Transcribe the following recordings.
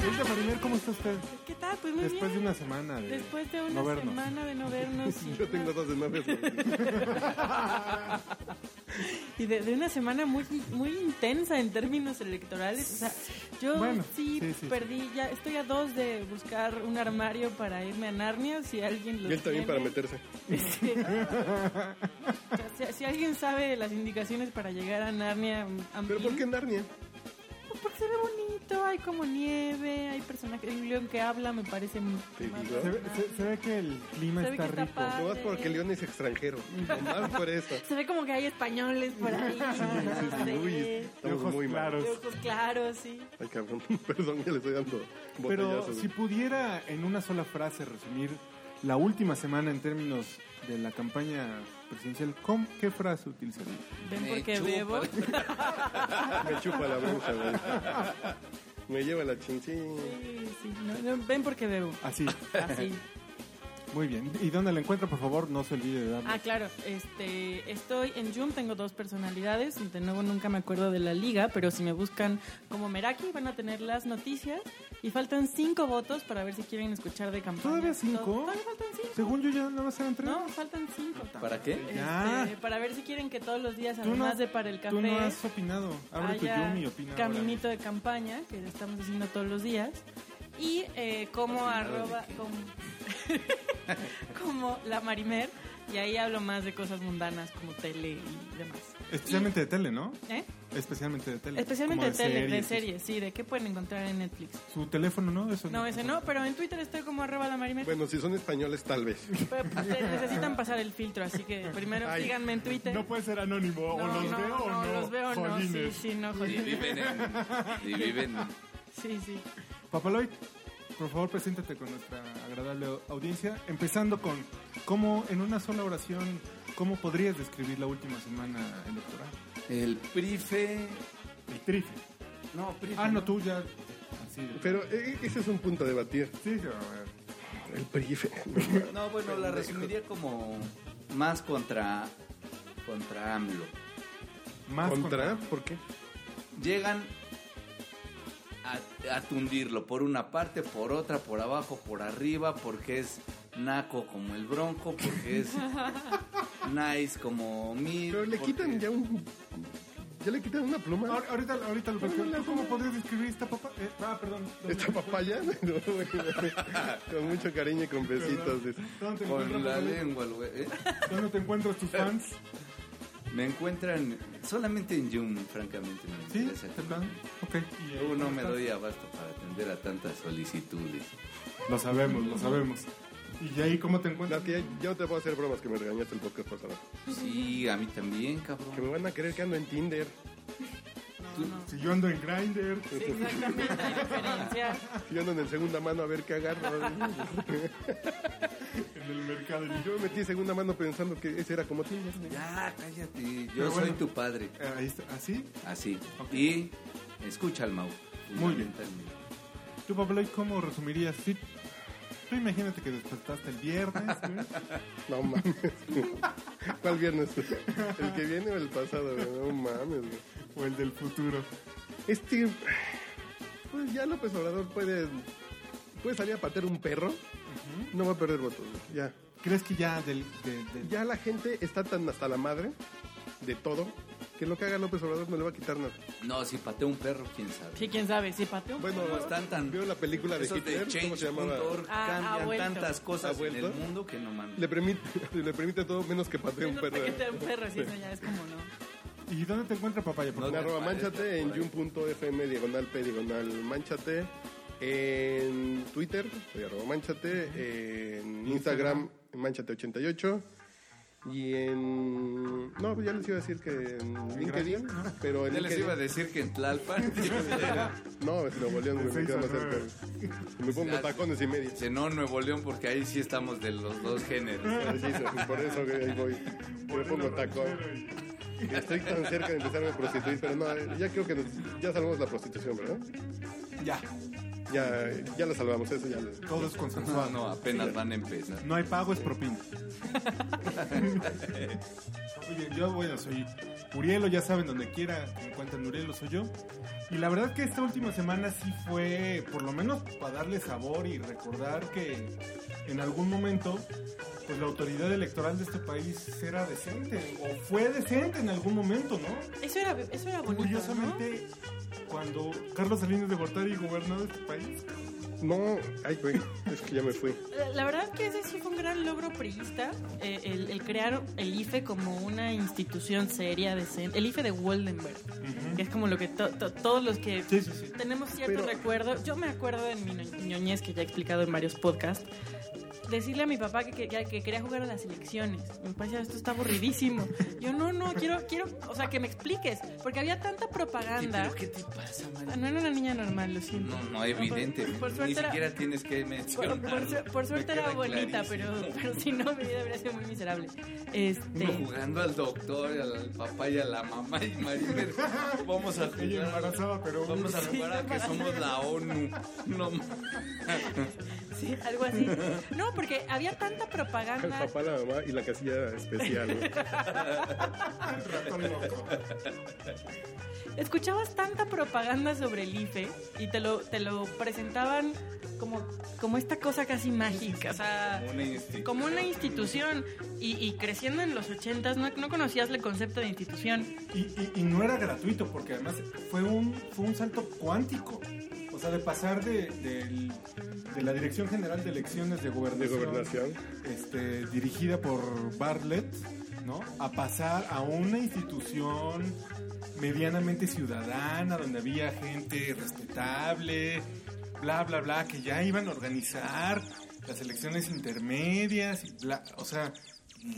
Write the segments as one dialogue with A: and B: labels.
A: Señorita Marimel, ¿cómo está usted?
B: ¿Qué tal? Pues muy
A: Después de
B: bien.
A: una semana de
B: Después de una
A: no vernos.
B: semana de no vernos. y
C: Yo
B: una-
C: tengo dos semanas.
B: Y de, de una semana muy muy intensa en términos electorales. O sea, yo
A: Bueno,
B: sí,
A: sí, sí.
B: perdí, ya estoy a dos de buscar un armario para irme a Narnia, si alguien lo
C: Y él también
B: tiene.
C: para meterse.
B: Sí. O sea, si, si alguien sabe las indicaciones para llegar a Narnia, a
C: ¿Pero
B: mí-
C: por qué Narnia?
B: Pues porque se ve bonito, hay como nieve, hay personajes, hay un león que habla, me parece muy...
C: Te
B: más
C: digo.
A: se, ve, se- se ve que el clima
B: Se ve
A: está,
B: que está
A: rico.
B: padre.
C: No más porque León es extranjero. No más por eso.
B: Se ve como que hay españoles por ahí. no sé,
C: Uy,
A: De
C: estamos
A: ojos
C: muy mal.
A: claros.
B: de ojos claros, sí.
C: Ay, cabrón. Perdón, ya le estoy dando
A: Pero
C: botellazos.
A: si pudiera en una sola frase resumir la última semana en términos de la campaña presidencial, ¿con qué frase utilizaría?
B: Ven
D: Me
B: porque
D: chupa.
B: bebo.
C: Me chupa la bruja, güey. Me lleva la chinchín.
B: Sí, sí, no, no, ven porque bebo.
A: Así.
B: Así.
A: Muy bien. ¿Y dónde la encuentro? Por favor, no se olvide de darle.
B: Ah, claro. Este, estoy en Zoom, tengo dos personalidades. De nuevo, nunca me acuerdo de la liga, pero si me buscan como Meraki, van a tener las noticias. Y faltan cinco votos para ver si quieren escuchar de campaña.
A: ¿Todavía cinco?
B: Todo- Todavía faltan cinco.
A: Según yo ya nada más eran tres.
B: No, faltan cinco.
D: ¿Para qué?
A: Ya.
B: Este, para ver si quieren que todos los días,
A: Tú no-
B: además de para el pues, café, Ah,
A: Tú no has opinado. Abre tu
B: haya
A: Yumi y opina. ahora.
B: Caminito de campaña, que lo estamos haciendo todos los días. Y eh, como arroba, como, como la Marimer, y ahí hablo más de cosas mundanas como tele y demás.
A: Especialmente de tele, ¿no?
B: ¿Eh?
A: Especialmente de tele.
B: Especialmente
A: Como
B: de tele, de
A: sí.
B: series, sí, de qué pueden encontrar en Netflix.
A: Su teléfono, Pues ¿no? Eso
B: No, ese no, pero en Twitter estoy como arroba la Marimer.
C: Bueno, si son españoles, tal vez.
B: Pero, pues, ustedes necesitan pasar el filtro, así que primero
C: Ay,
B: síganme en Twitter.
A: No puede ser anónimo. o los
B: no,
A: veo o
B: no,
A: no.
B: los veo, no, sí,
A: Jolines.
B: sí, no,
D: Y
B: jolines.
D: viven en. Y viven.
B: Sí, sí.
A: Papaloy, por favor, preséntate con nuestra agradable audiencia, empezando con cómo, en una sola oración, cómo podrías describir la última semana electoral.
D: El prife.
A: El trife.
D: No, prife.
A: Ah, no, tú ya. Así.
C: Pero eh, ese es un punto a debatir.
A: Sí, sí, a ver.
C: El PRIF.
D: No, bueno, la resumiría como más contra. contra AMLO.
A: Más
C: ¿Contra? ¿Por qué?
D: Llegan a, a tundirlo por una parte, por otra, por abajo, por arriba, porque es naco como el bronco, porque es nice como mil.
C: Pero le
D: porque-
C: quitan ya un... Ya le quitan una pluma.
A: Ahor- Ah, Ahorita, ahorita lo platico. ¿Cómo podrías describir esta papá? eh, ah, perdón.
C: Esta papaya, no, güey. con mucho cariño y con besitos. dice.
A: ¿Dónde te, encuentras,
D: Con la
A: Papaloy?
D: lengua, el güey. ¿eh?
A: ¿Dónde te encuentras tus fans?
D: Me encuentran solamente en Zoom, francamente. Me
A: ¿Sí?
D: interesa.
A: ¿Te plan? Ok. ¿Y, eh,
D: Luego no
A: cómo
D: me
A: estás?
D: doy abasto para atender a tantas solicitudes.
A: Lo sabemos, lo sabemos. ¿Y ahí cómo te encuentras?
C: No, que ya, ya no te puedo hacer bromas que me regañaste el podcast pasado.
D: Sí, a mí también,
C: Que me
D: cabrón.
C: van a creer que ando en Tinder.
A: Si yo ando en Grindr.
B: Sí, exactamente, hay diferencias.
C: Yo ando en el segunda mano a ver qué agarro.
A: en el mercado. Y yo-
C: Yo me metí en segunda mano pensando que ese era como Tinder.
D: Ya, cállate. Yo
A: Pero
D: soy
A: bueno.
D: tu padre.
A: Eh, Ahí está, así.
D: Así.
A: Ok.
D: Y escucha al Mau.
A: Muy bien.
D: fundamentalmente.
A: Tú, Pablo, ¿y cómo resumirías? Sí, tú imagínate que despertaste el viernes, güey.
C: No mames. ¿Cuál viernes? ¿El que viene o el pasado? güey? No mames, güey.
A: o el del futuro.
C: Este. Pues ya López Obrador puede. Puede salir a patear un perro. No va a perder votos, güey. Ya.
A: ¿Crees que ya del, de- del-
C: Ya la gente está tan hasta la madre de todo que lo que haga López Obrador no le va a quitar nada.
D: No, si pateo un perro, quién sabe.
B: Sí, quién sabe, sí, pateo.
C: Bueno,
D: No están tan.
C: ¿Vieron la película de
D: Esos
C: Hitler? ¿Cómo se llamaba?
D: change.org
B: Ah, ha
D: cambian
B: vuelto.
D: tantas cosas
C: ¿Ha
D: en el
C: vuelto?
D: mundo que no mames.
C: Le permite, le permite todo menos que patee un
B: Menos
C: perro.
B: paquete de un perro, sí, eso ya es como no.
A: ¿Y dónde te encuentra papaya? por
D: No
A: favor?
D: te-
C: Arroba
D: parece,
C: manchate en
D: por ahí.
C: yun.fm diagonal p diagonal manchate. En Twitter, soy arroba manchate. En Instagram, manchate88. Y en. No, pues ya les iba a decir que en LinkedIn. Pero en
D: Yo les
C: LinkedIn.
D: iba a decir que en Tlalpan,
C: No, es Nuevo León, güey, me
A: seis
C: queda
A: a
C: más cerca.
A: nueve.
C: Me pongo tacones y medio.
D: si no Nuevo León, porque ahí sí estamos de los dos géneros.
C: Preciso, Por eso que ahí voy. Me pongo tacón. Estoy tan cerca de empezarme a prostituir, pero no, eh, ya creo que nos- ya salvamos la prostitución, ¿verdad?
A: Ya,
C: Ya, ya la salvamos, eso ya lo...
A: todo es
D: No,
A: consensuado.
D: no, apenas van a empezar.
A: No hay pago, es propina. Oye, yo, bueno, soy Urielo, ya saben, donde quiera que encuentren Urielo soy yo. Y la verdad que esta última semana sí fue, por lo menos para darle sabor y recordar que en algún momento, pues la autoridad electoral de este país era decente, o fue decente en algún momento, ¿no?
B: Eso era, eso era bonito, ¿no?
A: Curiosamente, cuando Carlos Salinas de Gortari gobernó este país,
C: No, ay, güey, es que ya me fui.
B: La- La verdad que ese sí fue un gran logro priista, eh, el, el crear el IFE como una institución seria, decente. El IFE de Woldenberg, que es como lo que to- to- todos los que
A: Sí, sí, sí.
B: tenemos cierto
C: Pero-
B: recuerdo. Yo me acuerdo en mi ño- ñoñez, que ya he explicado en varios podcasts, decirle a mi papá que, que- que quería jugar a las elecciones. Me parecía, esto está aburridísimo. Yo, no, no, quiero, quiero, o sea, que me expliques, porque había tanta
D: Sí,
B: propaganda.
D: pero ¿qué te pasa, Mari?
B: Ah, No era una niña normal, lo siento.
D: No, no, evidente.
B: Por- por
D: Ni
B: suerte era-
D: siquiera tienes que
B: Por,
D: mencionar.
B: por su- por suerte era bonita, pero, pero si no, mi vida habría sido muy miserable. Este,
D: Uno jugando al doctor, al papá y a la mamá y Maribel. Vamos a jugar.
A: Ella embarazada, pero-
D: Vamos a jugar a que somos la ONU. No,
B: sí, algo así. No, porque había tanta
C: El
B: propaganda.
C: papá, la mamá y la casilla especial. güey.
B: Escuchabas tanta propaganda sobre el IFE y te lo, te lo presentaban como, como esta cosa casi mágica. O sea,
D: una institución.
B: como una institución. Y, y creciendo en los ochentas no, no conocías el concepto de institución.
A: Y, y- y no era gratuito, porque además fue un, fue un salto cuántico. O sea, de pasar de, del- de la Dirección General de Elecciones de
C: De
A: Gobernación,
C: gobernación.
A: Este, dirigida por Bartlett, ¿no? A pasar a una institución medianamente ciudadana, donde había gente respetable, bla, bla, bla, que ya iban a organizar las elecciones intermedias, y bla, o sea,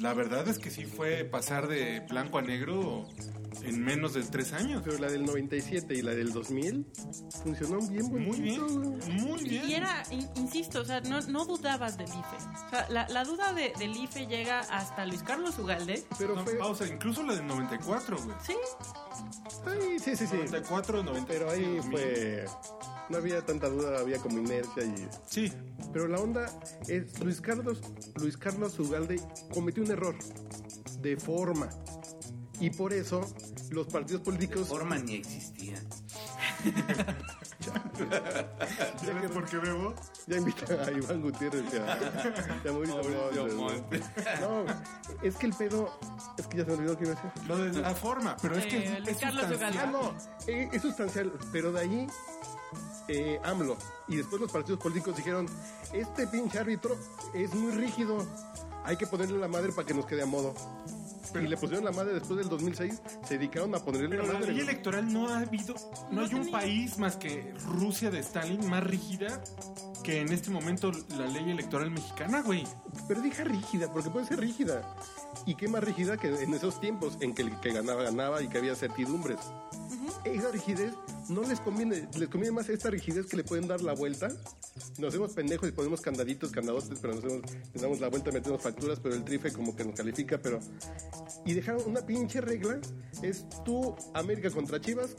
A: la verdad es que sí fue pasar de blanco a negro en menos de tres años.
C: Pero la del 97 y la del 2000 funcionó bien bonito.
A: Muy bien,
C: güey.
A: muy
B: Y- Y
A: bien.
B: era, in- insisto, o sea, no, no dudabas del IFE. O sea, la, la duda de- del IFE llega hasta Luis Carlos Ugalde.
C: Pero
A: No,
C: fue...
A: pausa, incluso la del 94, güey.
B: Sí,
C: Ay, sí, sí, sí.
A: 94, 90.
C: Pero ahí fue... No había tanta duda, había como inercia y...
A: Sí,
C: Pero la onda es Luis Carlos, Luis Carlos Ugalde cometió un error de forma. Y por eso los partidos políticos
D: forma ni existía.
A: ¿sabes por qué bebo?
C: ya invitan a Iván Gutiérrez y a, y a Mauricio Montes.
D: Mauricio Montes.
C: No, es que el pedo es que ya se me olvidó que iba a decir.
A: Lo de la forma, pero es que
B: Eh,
A: es
B: Luis Carlos
A: sustancial.
C: Ah, no, eh, es sustancial, pero de ahí eh, AMLO y después los partidos políticos dijeron, este pinche árbitro es muy rígido, hay que ponerle la madre para que nos quede a modo. y le pusieron la madre después del 2006, se dedicaron a ponerle
A: Pero
C: la
A: la
C: madre.
A: ley electoral no ha habido, no,
B: No
A: hay un
B: tenía.
A: país más que Rusia de Stalin más rígida que en este momento la ley electoral mexicana, güey.
C: Pero dije rígida, porque puede ser rígida. ¿Y qué más rígida que en esos tiempos en que el que ganaba, ganaba y que había certidumbres? Esa rigidez no les conviene, les conviene más esta rigidez que le pueden dar la vuelta. Nos hacemos pendejos y ponemos candaditos, candadotes, pero nos hacemos- le damos la vuelta, metemos facturas, pero el trife como que nos califica, pero... Y dejaron una pinche regla, es tú, América contra Chivas,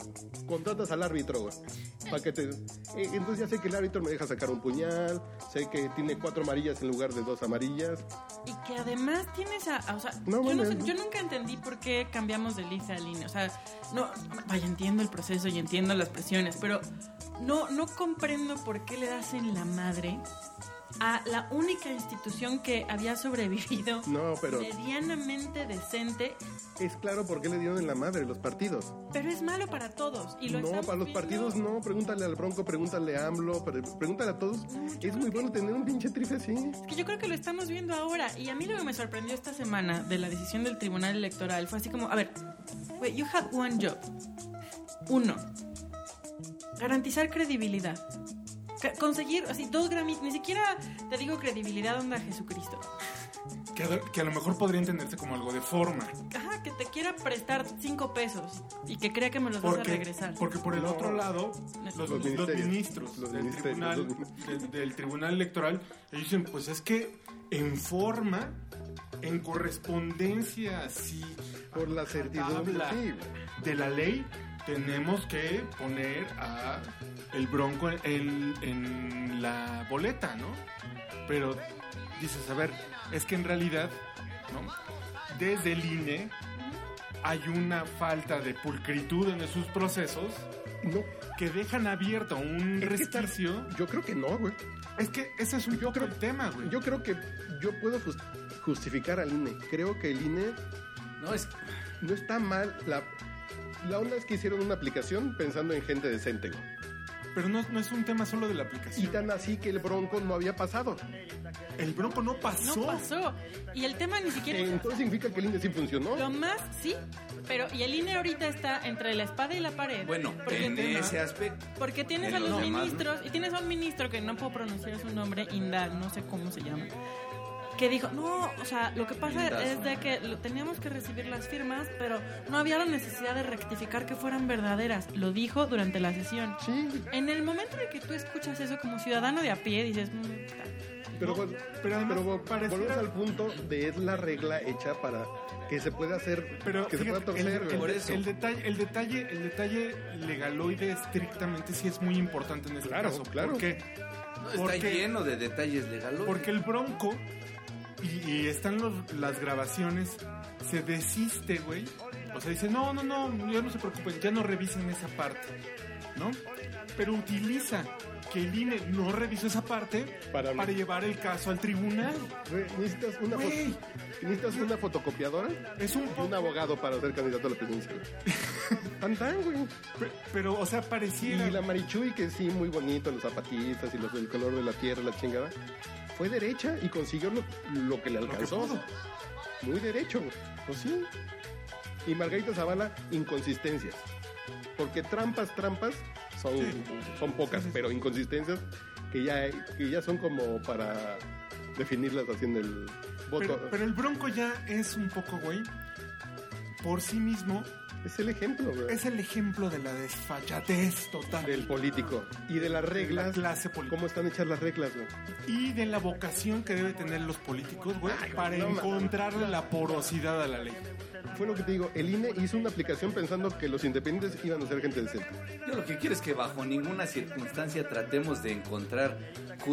C: contratas al árbitro, güey. Para que te... eh, Entonces ya sé que el árbitro me deja sacar un puñal, sé que tiene cuatro amarillas en lugar de dos amarillas.
B: y que además tienes a. a- o sea,
C: No,
B: yo, no
C: mames.
B: sé- yo nunca entendí por qué cambiamos del IFE al INE. O sea, no, vaya, entiendo el proceso y entiendo las presiones, pero no, no comprendo por qué le das en la madre a la única institución que había sobrevivido
C: No, pero
B: medianamente decente,
C: es claro por qué le dieron en la madre los partidos.
B: pero es malo para todos. Y lo
C: No,
B: estamos
C: para los
B: viendo.
C: partidos no. Pregúntale al Bronco, pregúntale a AMLO, pre- pregúntale a todos. Es muy bueno tener un pinche trife así.
B: Es que yo creo que lo estamos viendo ahora. Y a mí lo que me sorprendió esta semana de la decisión del Tribunal Electoral fue así como, a ver, güey, you have one job. Uno, garantizar credibilidad. Ca- Conseguir, así, dos gramitos, ni siquiera te digo credibilidad onda Jesucristo.
A: Que, a- que a lo mejor podría entenderse como algo de forma.
B: Ajá, que te quiera prestar cinco pesos y que crea que me los vas a
A: Porque,
B: regresar.
A: porque por el otro lado, los,
B: Los
A: los
C: ministerios.
A: ministros
C: Los
A: del,
C: ministerios,
A: tribunal,
C: los-
A: del, del Tribunal Electoral ellos dicen, pues es que en forma, en correspondencia, así,
C: Por la
A: a
C: certidumbre,
A: tabla
C: sí.
A: de la ley, tenemos que poner a el bronco en, en la boleta, ¿no? Pero dices, a ver, es que en realidad, ¿no? Desde el INE hay una falta de pulcritud en sus procesos
C: No,
A: que dejan abierto un
C: Es que está-
A: resquicio.
C: yo creo que no, güey.
A: Es que ese es un
C: Yo
A: poco
C: creo-
A: el tema, güey.
C: Yo creo que yo puedo jus- justificar al INE. Creo que el INE
D: No, es,
C: no está mal. La, la onda es que hicieron una aplicación pensando en gente decente, güey.
A: Pero no, no es un tema solo de la
C: Y
A: aplicación.
C: tan así que el Bronco no había pasado.
A: El bronco no pasó. Eh,
B: No pasó. Y el tema ni siquiera...
C: Entonces significa que el INE sí funcionó.
B: Lo más, sí, pero... Y el INE ahorita está entre la espada y la pared.
D: bueno,
B: Porque
D: en
A: tema-
D: ese aspecto.
B: Porque tienes
D: En
B: a
D: los
B: los
D: demás,
B: ministros, y tienes a un ministro que no puedo pronunciar su nombre, Inda, no sé cómo se llama, que dijo, no, o sea, lo que pasa
D: Indazo.
B: es de que lo- teníamos que recibir las firmas, pero no había la necesidad de rectificar que fueran verdaderas. Lo dijo durante la sesión.
C: Sí,
B: En el momento en el que tú escuchas eso como ciudadano de a pie, dices, "Mm, está".
C: pero,
A: No,
C: bueno,
A: pero además
C: pero vol-
A: pareciera-
C: volvemos al punto de es la regla hecha para que se pueda hacer,
A: Pero
C: que se pueda
A: fíjate, el,
C: torcer.
A: el-
C: güey.
D: Por eso.
A: el detalle, el detalle, el detalle legaloide estrictamente sí es muy importante en este
C: Claro,
A: caso.
C: claro.
A: Porque,
D: No, está
A: Porque-
D: lleno de detalles legales.
A: porque el bronco y, y están los- las grabaciones, se desiste, güey. O sea, dice, no, no, no, ya no se preocupen, ya no revisen esa parte, ¿no? Pero utiliza que el INE no revisó esa parte
C: Para- pues,
A: para, llevar el caso al tribunal.
C: Güey, Necesitas una, fo-
A: Güey.
C: necesitas una fotocopiadora
A: Es un
C: y un
A: poco,
C: abogado para ser candidato a la presidencia. Tan tan, güey.
A: pe- pero, o sea,
C: Y
A: pareciera...
C: la Marichuy, que sí, muy bonito, los zapatistas y los del color de la tierra, la chingada. Fue derecha y consiguió lo, lo que le
A: que
C: alcanzó.
A: pudo.
C: muy derecho, güey. pues sí. Y Margarita Zavala, inconsistencias. Porque trampas, trampas son, son pocas, pero inconsistencias que ya, que ya son como para definirlas así en el voto.
A: Pero, pero el bronco ya es un poco, güey, por sí mismo,
C: es el ejemplo, güey.
A: es el ejemplo de la desfachatez total.
C: del político y de las reglas,
A: la clase política.
C: cómo están hechas las reglas, güey.
A: Y de la vocación que deben tener los políticos, güey, para
C: no,
A: encontrarle la porosidad a la ley.
C: Fue lo que te digo, el INE hizo una aplicación pensando que los independientes iban a ser gente decente.
D: Yo lo que quiero es que bajo ninguna circunstancia tratemos de encontrar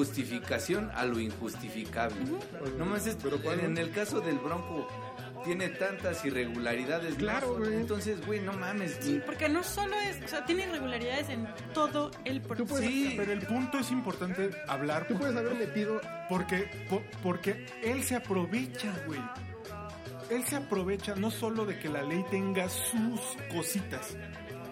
D: justificación a lo injustificable. No más es-
C: Pero ¿cuál?
D: en el caso del Bronco tiene tantas irregularidades.
C: Claro,
D: ¿no?
C: güey.
D: Entonces, güey, no mames.
B: Sí, porque no solo es, o sea, tiene irregularidades en todo el proceso.
C: puedes-
D: Sí.
A: Pero el punto es importante hablar
C: Tú puedes
A: porque,
C: haber metido
A: porque, po- porque él se aprovecha, güey. Él se aprovecha no solo de que la ley tenga sus cositas,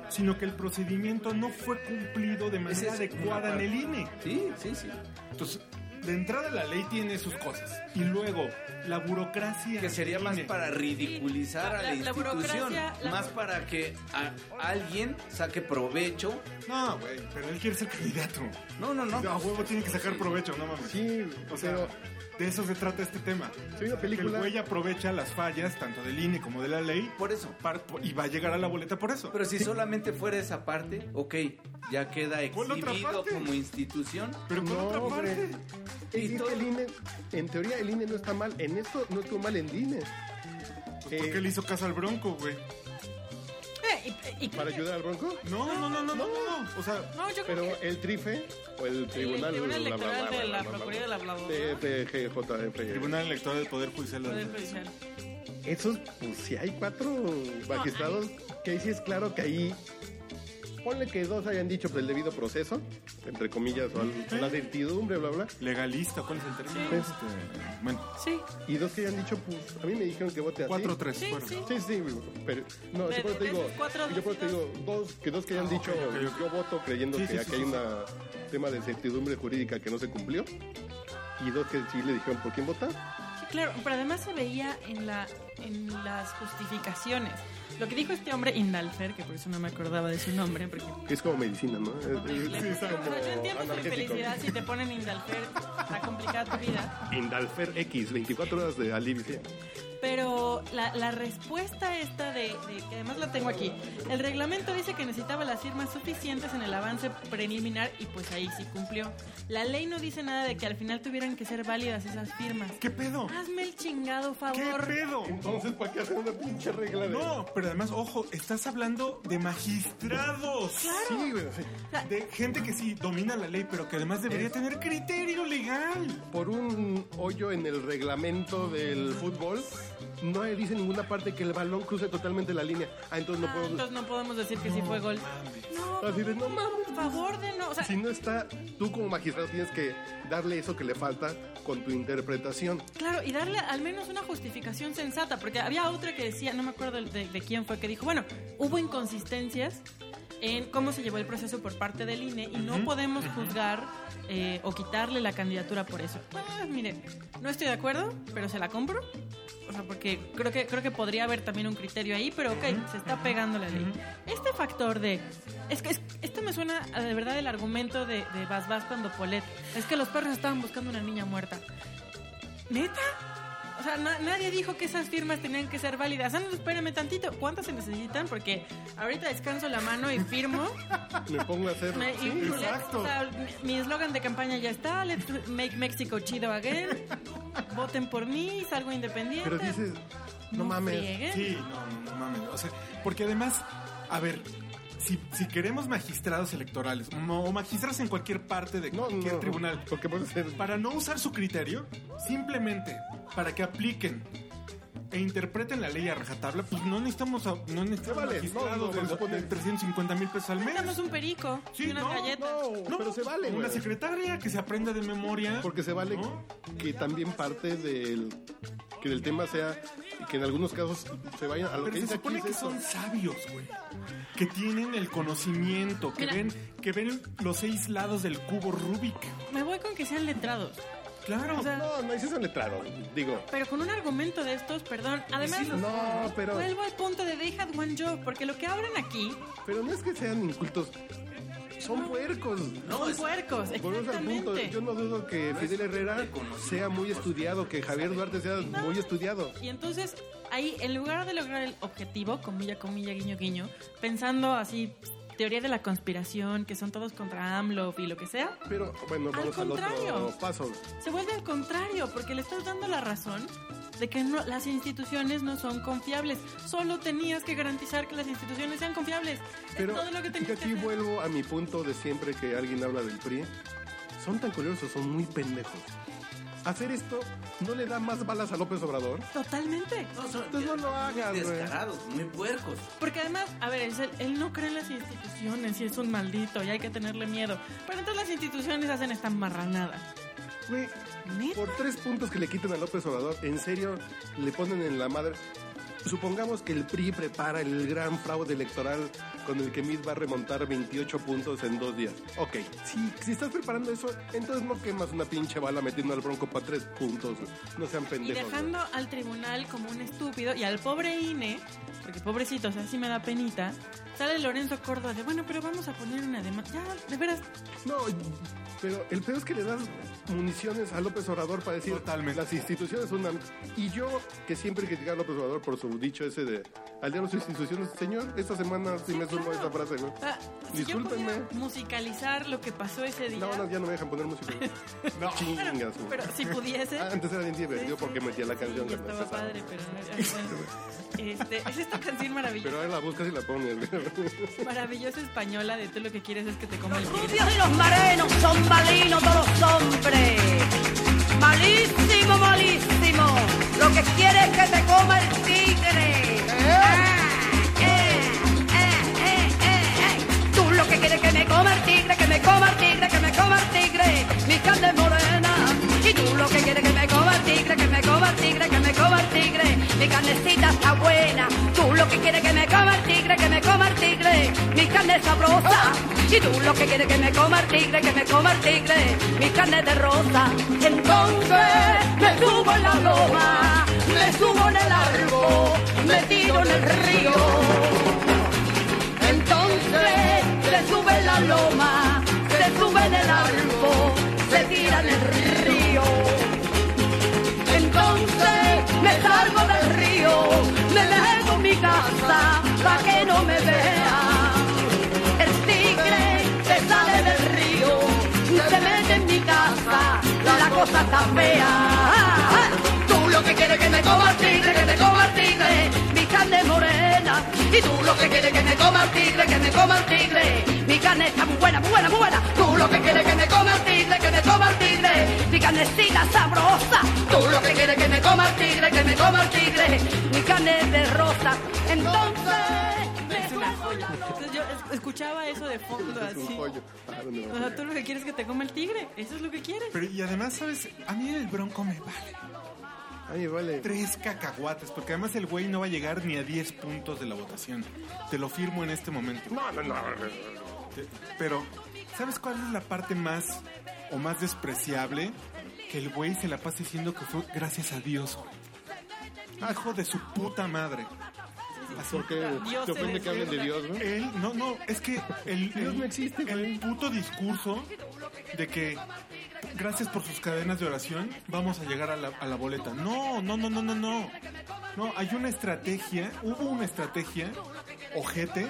A: sino que el procedimiento no fue cumplido de
D: Esa
A: manera
D: es una
A: adecuada en
D: parte.
A: el E. INE.
D: Sí, sí, sí.
A: Entonces, de entrada la ley tiene sus cosas. Y luego, la burocracia.
D: Que sería
A: del
D: más
A: INE.
D: para ridiculizar a la,
B: La- la
D: institución,
B: burocracia, la-
D: más para que a- alguien saque provecho.
A: No, güey, pero él quiere ser candidato.
D: No, no, no.
A: No, a huevo tiene que sacar
D: Sí.
A: provecho, no mames.
C: Ah. Sí,
A: o sea,
C: pero-
A: de eso se trata este tema.
C: Sí, una
A: O sea, que
C: película-
A: el güey aprovecha las fallas, tanto del INE como de la ley,
D: Por eso.
A: par- y va a llegar a la boleta por eso.
D: Pero si solamente fuera esa parte, ok, ya queda
A: ¿Cuál otra
D: exhibido
A: parte?
D: como institución.
A: Pero por
C: No,
A: otra
C: hombre.
A: parte,
C: Es
D: Y
C: decir,
D: todo-
C: que el INE, en teoría el INE no está mal, en esto no estuvo mal el E INE.
A: pues,
C: Eh.
A: ¿por qué le hizo caso al bronco, güey?
B: Eh, y- y-
C: ¿Para ayudar al Bronco?
A: No, no, no, no, no, no, no. O sea,
B: No, yo creo
C: Pero
B: que...
C: el trife o el
B: El Tribunal
C: tribunal... bla, bla,
B: Electoral
C: bla,
B: de
C: bla,
B: la
C: bla, bla,
B: Procuraduría de la Bla, bla, bla, bla.
C: TFGJF.
A: Tribunal Electoral del Poder Judicial. de la
B: Poder
A: Nación.
B: Judicial.
C: Esos, pues si hay cuatro magistrados, que ahí sí es claro que ahí Ponle que dos hayan dicho por el debido proceso, entre comillas, o al- la certidumbre, bla, bla.
A: Legalista, ¿cuál es el término?
C: Sí.
A: Este, bueno,
B: Sí,
C: Y dos que hayan dicho, pues, a mí me dijeron que vote así.
A: 4-3.
B: Sí,
A: fueron.
B: sí.
C: Sí, sí, pero no,
B: De-
C: yo por eso te
B: de
C: digo,
B: esos cuatro,
C: yo por eso te
B: dos
C: digo, dos, que dos que hayan dicho,
A: ok, ok.
C: yo voto creyendo
A: Sí,
C: que
A: sí,
C: aquí
A: sí,
C: hay
A: sí,
C: una tema de certidumbre jurídica que no se cumplió, y dos que sí le dijeron por quién votar.
B: Sí, claro, pero además se veía en, la, en las justificaciones. Lo que dijo este hombre, Indalfer, que por eso no me acordaba de su nombre, porque
C: Que es como medicina, ¿no? Es- es-
B: horrible.
C: es como
B: Pero yo entiendo tu
C: analgésico.
B: infelicidad si te ponen Indalfer, está complicada tu vida.
C: Indalfer X, 24 horas de alivio.
B: Pero la, la respuesta esta de, de- que además la tengo aquí, el reglamento dice que necesitaba las firmas suficientes en el avance preliminar y pues ahí sí cumplió. La ley no dice nada de que al final tuvieran que ser válidas esas firmas.
A: ¿Qué pedo?
B: Hazme el chingado
A: ¿Qué
B: favor.
A: pedo?
C: Entonces, ¿para qué hacer una pinche regla de...?
A: No, pero además, ojo, estás hablando de magistrados.
C: Sí, güey, sí.
B: O sea,
A: De gente que sí domina la ley, pero que además debería tener criterio legal.
C: Por un hoyo en el reglamento del fútbol, no dice en ninguna parte que el balón cruce totalmente la línea. Ah, entonces no
B: Ah,
C: puedo...
B: Entonces no podemos decir que sí fue gol. No,
C: Así de, no mames.
B: por favor de no. O sea,
C: Si no está, tú como magistrado tienes que darle eso que le falta con tu interpretación.
B: claro, y darle al menos una justificación sensata, porque había otra que decía, no me acuerdo de, de quién fue, que dijo, bueno, hubo inconsistencias en cómo se llevó el proceso por parte del INE y no podemos juzgar eh, o quitarle la candidatura por eso. Pues mire, no estoy de acuerdo, pero se la compro. O sea, porque creo que, creo que podría haber también un criterio ahí, pero ok, se está pegando la ley. Este factor de. Es que es- esto me suena a, de verdad el argumento de, de Bas Bas cuando Polet. Es que los perros estaban buscando una niña muerta. ¿Neta? O sea, na- nadie dijo que esas firmas tenían que ser válidas. Ah, no, espérame tantito. ¿Cuántas se necesitan? Porque ahorita descanso la mano y firmo.
C: Me pongo a hacer.
B: Me- y-
C: Sí,
B: y-
A: exacto.
B: o sea, mi- mi eslogan de campaña ya está. Let's make Mexico chido again. Voten por mí, salgo independiente.
C: pero dices, no mames.
B: frieguen.
A: Sí, no, no, no mames. O sea, porque además, a ver, si, si queremos magistrados electorales no, o magistrados en cualquier parte de
C: No,
A: cualquier
C: no,
A: tribunal,
C: Porque puedes hacer.
A: para no usar su criterio, simplemente para que apliquen e interpreten la ley a rajatabla, pues no necesitamos, a- no necesitamos
C: vale, no,
A: magistrados
C: no,
A: de-
C: pues,
A: de,
C: pone-
A: 350 mil pesos al mes.
B: Necesitamos un perico
A: Sí,
B: y unas
A: no,
B: galletas.
C: No, pero se vale,
A: Una
C: güey.
A: secretaria que se aprenda de memoria.
C: Porque se vale
A: ¿No?
C: que también parte del. Que del tema sea. Que en algunos casos se vayan a lo
A: Pero
C: que
A: se
C: dice aquí
A: supone
C: es
A: que
C: esto.
A: son sabios, güey. Que tienen el conocimiento, que
B: Mira.
A: ven, que ven los seis lados del cubo Rubik.
B: Me voy con que sean letrados.
A: Claro.
B: O sea,
C: No, no dices un letrado. Digo.
B: Pero con un argumento de estos, perdón. Además,
C: Sí, no, pero.
B: vuelvo al punto de they had one job, porque lo que hablan aquí
C: Pero no es que sean incultos. Son puercos.
B: son puercos.
C: Volvemos al punto.
B: Exactamente.
C: Yo no dudo que Fidel Herrera sea muy estudiado, que Javier Duarte sea muy estudiado.
B: Y entonces, ahí, en lugar de lograr el objetivo, comilla, comilla, guiño, guiño, pensando así, teoría de la conspiración, que son todos contra AMLO y lo que sea,
C: Pero bueno,
B: Al
C: vamos al,
B: contrario.
C: otro paso.
B: se vuelve al contrario, porque le estás dando la razón de que no, las instituciones no son confiables. Solo tenías que garantizar que las instituciones sean confiables.
C: Pero
B: es todo lo que
C: fíjate,
B: tenías que
C: aquí
B: hacer.
C: vuelvo a mi punto de siempre que alguien habla del PRI. Son tan curiosos, son muy pendejos. Hacer esto no le da más balas a López Obrador.
B: Totalmente.
D: No, son
C: Entonces no lo hagas,
D: muy
C: güey.
D: descarados, muy puercos.
B: Porque además, a ver, él, él no cree en las instituciones y es un maldito y hay que tenerle miedo. Pero entonces las instituciones hacen esta marranada.
C: Güey,
B: ¿Neta?
C: por tres puntos que le quitan a López Obrador, en serio, le ponen en la madre. Supongamos que el PRI prepara el gran fraude electoral con el que Mid va a remontar 28 puntos en dos días. Ok, si, si estás preparando eso, entonces no quemas una pinche bala metiendo al bronco para tres puntos. güey. No sean
B: Y
C: pendejos. güey.
B: dejando al tribunal como un estúpido y al pobre INE, porque pobrecito, o sea, sí me da penita, sale Lorenzo Córdoba de, bueno, pero vamos a poner una demanda. Ya, de veras,
C: No, pero el peor es que le das municiones a López Obrador para decir
A: Totalmente.
C: las instituciones son una... Y yo, que siempre critico a López Obrador por su dicho ese de al diablo sus instituciones, señor, esta semana
B: Sí,
C: sí, me sumo a
B: claro.
C: esa frase, ¿no?
B: o sea, ah, si yo
C: Discúlpenme.
B: pudiera musicalizar lo que pasó ese día,
C: No, no, ya no me dejan poner música. no. Chingas. güey.
B: pero si pudiese...
C: Ah, Antes era bien divertido porque metía la
B: sí,
C: canción. que me
B: estaba
C: empezaba.
B: padre, pero no era- bueno. Este, es esta canción
C: Pero
B: maravillosa,
C: ahora la buscas y la pones. güey.
B: maravillosa española de tú lo que quieres es que te coma el tigre.
E: rubios y los marenos son malinos todos los hombres. Malísimo, malísimo. Lo que quiere es que te coma el tigre. Ah, eh, eh, eh, eh, eh. Tú lo vieja buena. Tú lo que quieres que me coma el tigre, que me coma el tigre, mi carne es sabrosa. Y tú lo que quieres que me coma el tigre, que me coma el tigre, mi carne es de rosa. Entonces me subo en la loma, me subo en el árbol, me tiro en el río. Entonces se sube la loma, se sube en el árbol, se tira en el río. Entonces me salgo del río, me dejo en mi casa para que no me vea. El tigre se sale del río, se mete en mi casa, la cosa está fea. Tú lo que quieres que me coma el tigre, que me coma el tigre, mi carne es morena. Y tú lo que quieres que me coma el tigre, que me coma el tigre, mi carne está muy buena, muy buena, muy buena. Tú lo que quieres que me coma el tigre, que me coma el tigre, mi carnecita sabrosa. Tú lo que quieres que me coma el tigre, que me coma el tigre, mi carne es de rosa. Entonces me
B: Es una
E: subo la
B: joya. Entonces yo es- escuchaba eso de fondo
C: Es un
B: así.
C: pollo. Ah, no, no,
B: O sea, tú lo que quieres es que te coma el tigre. Eso es lo que quieres.
A: Pero, y además, ¿sabes? A mí el bronco me vale.
C: Ay, vale.
A: Tres cacahuates, porque además el güey no va a llegar ni a 10 puntos de la votación. Te lo firmo en este momento.
C: No, no, no.
A: Te- Pero, ¿sabes cuál es la parte más o más despreciable? Que el güey se la pasa diciendo que fue gracias a Dios, güey. Hijo de su puta madre.
C: Porque
B: Dios
C: te ofende
B: eres
C: que hablen de
B: Dios.
C: Dios, ¿no?
A: Él, no, no, es que el,
C: Dios
A: el-
C: no existe, güey.
A: el puto discurso de que gracias por sus cadenas de oración vamos a llegar a la, a la boleta. No, no, no, no, no, no. No, hay una estrategia, hubo una estrategia, ojete,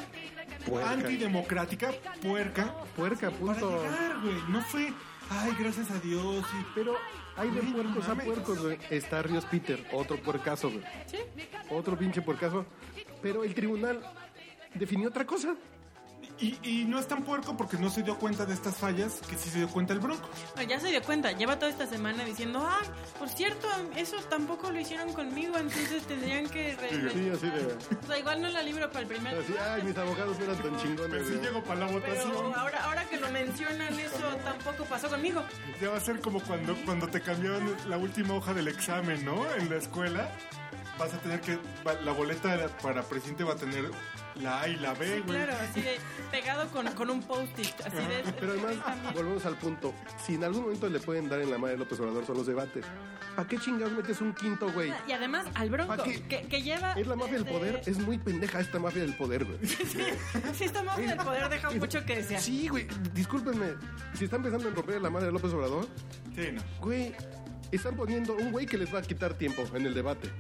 C: Puerca.
A: antidemocrática, puerca,
C: Puerca,
A: para
C: punto.
A: llegar, güey. No fue, ay, gracias a Dios. y-
C: Pero hay de
A: Güey, no
C: puercos a
A: mames.
C: puercos, güey. Está Ríos Peter, otro puercazo, güey.
B: Sí.
C: Otro pinche puercazo. Pero el tribunal definió otra cosa.
A: Y, y no es tan puerco porque no se dio cuenta de estas fallas que sí se dio cuenta el bronco.
B: Bueno, Ah, ya se dio cuenta. Lleva toda esta semana diciendo, ah, por cierto, eso tampoco lo hicieron conmigo, entonces tendrían que... re-
C: Sí, así de.
B: O sea, igual no la libro para el primer...
C: Así, ay, mis abogados eran tan
A: Pero
C: chingones,
A: sí
C: güey.
A: llego para la votación.
B: Pero ahora, ahora que lo mencionan, eso tampoco pasó conmigo.
A: Ya va a ser como cuando, cuando te cambiaron la última hoja del examen, ¿no? En la escuela. Vas a tener que. va- La boleta de la- para presidente va a tener la A y la B,
B: Sí,
A: güey.
B: claro, así de pegado con, con un post-it, así de...
C: Pero además, volvemos al punto. Si en algún momento le pueden dar en la madre a López Obrador son los debates. ¿Para qué chingados metes un quinto, güey?
B: Y además al bronco,
C: ¿Para qué?
B: que, que lleva...
C: Es la mafia del
B: desde-
C: poder, es muy pendeja esta mafia del poder, güey.
B: Sí, esta mafia del poder deja mucho que desear.
C: Sí, güey, discúlpenme. Si están pensando en romper la madre de López Obrador,
A: Sí, no.
C: güey, están poniendo un güey que les va a quitar tiempo en el debate.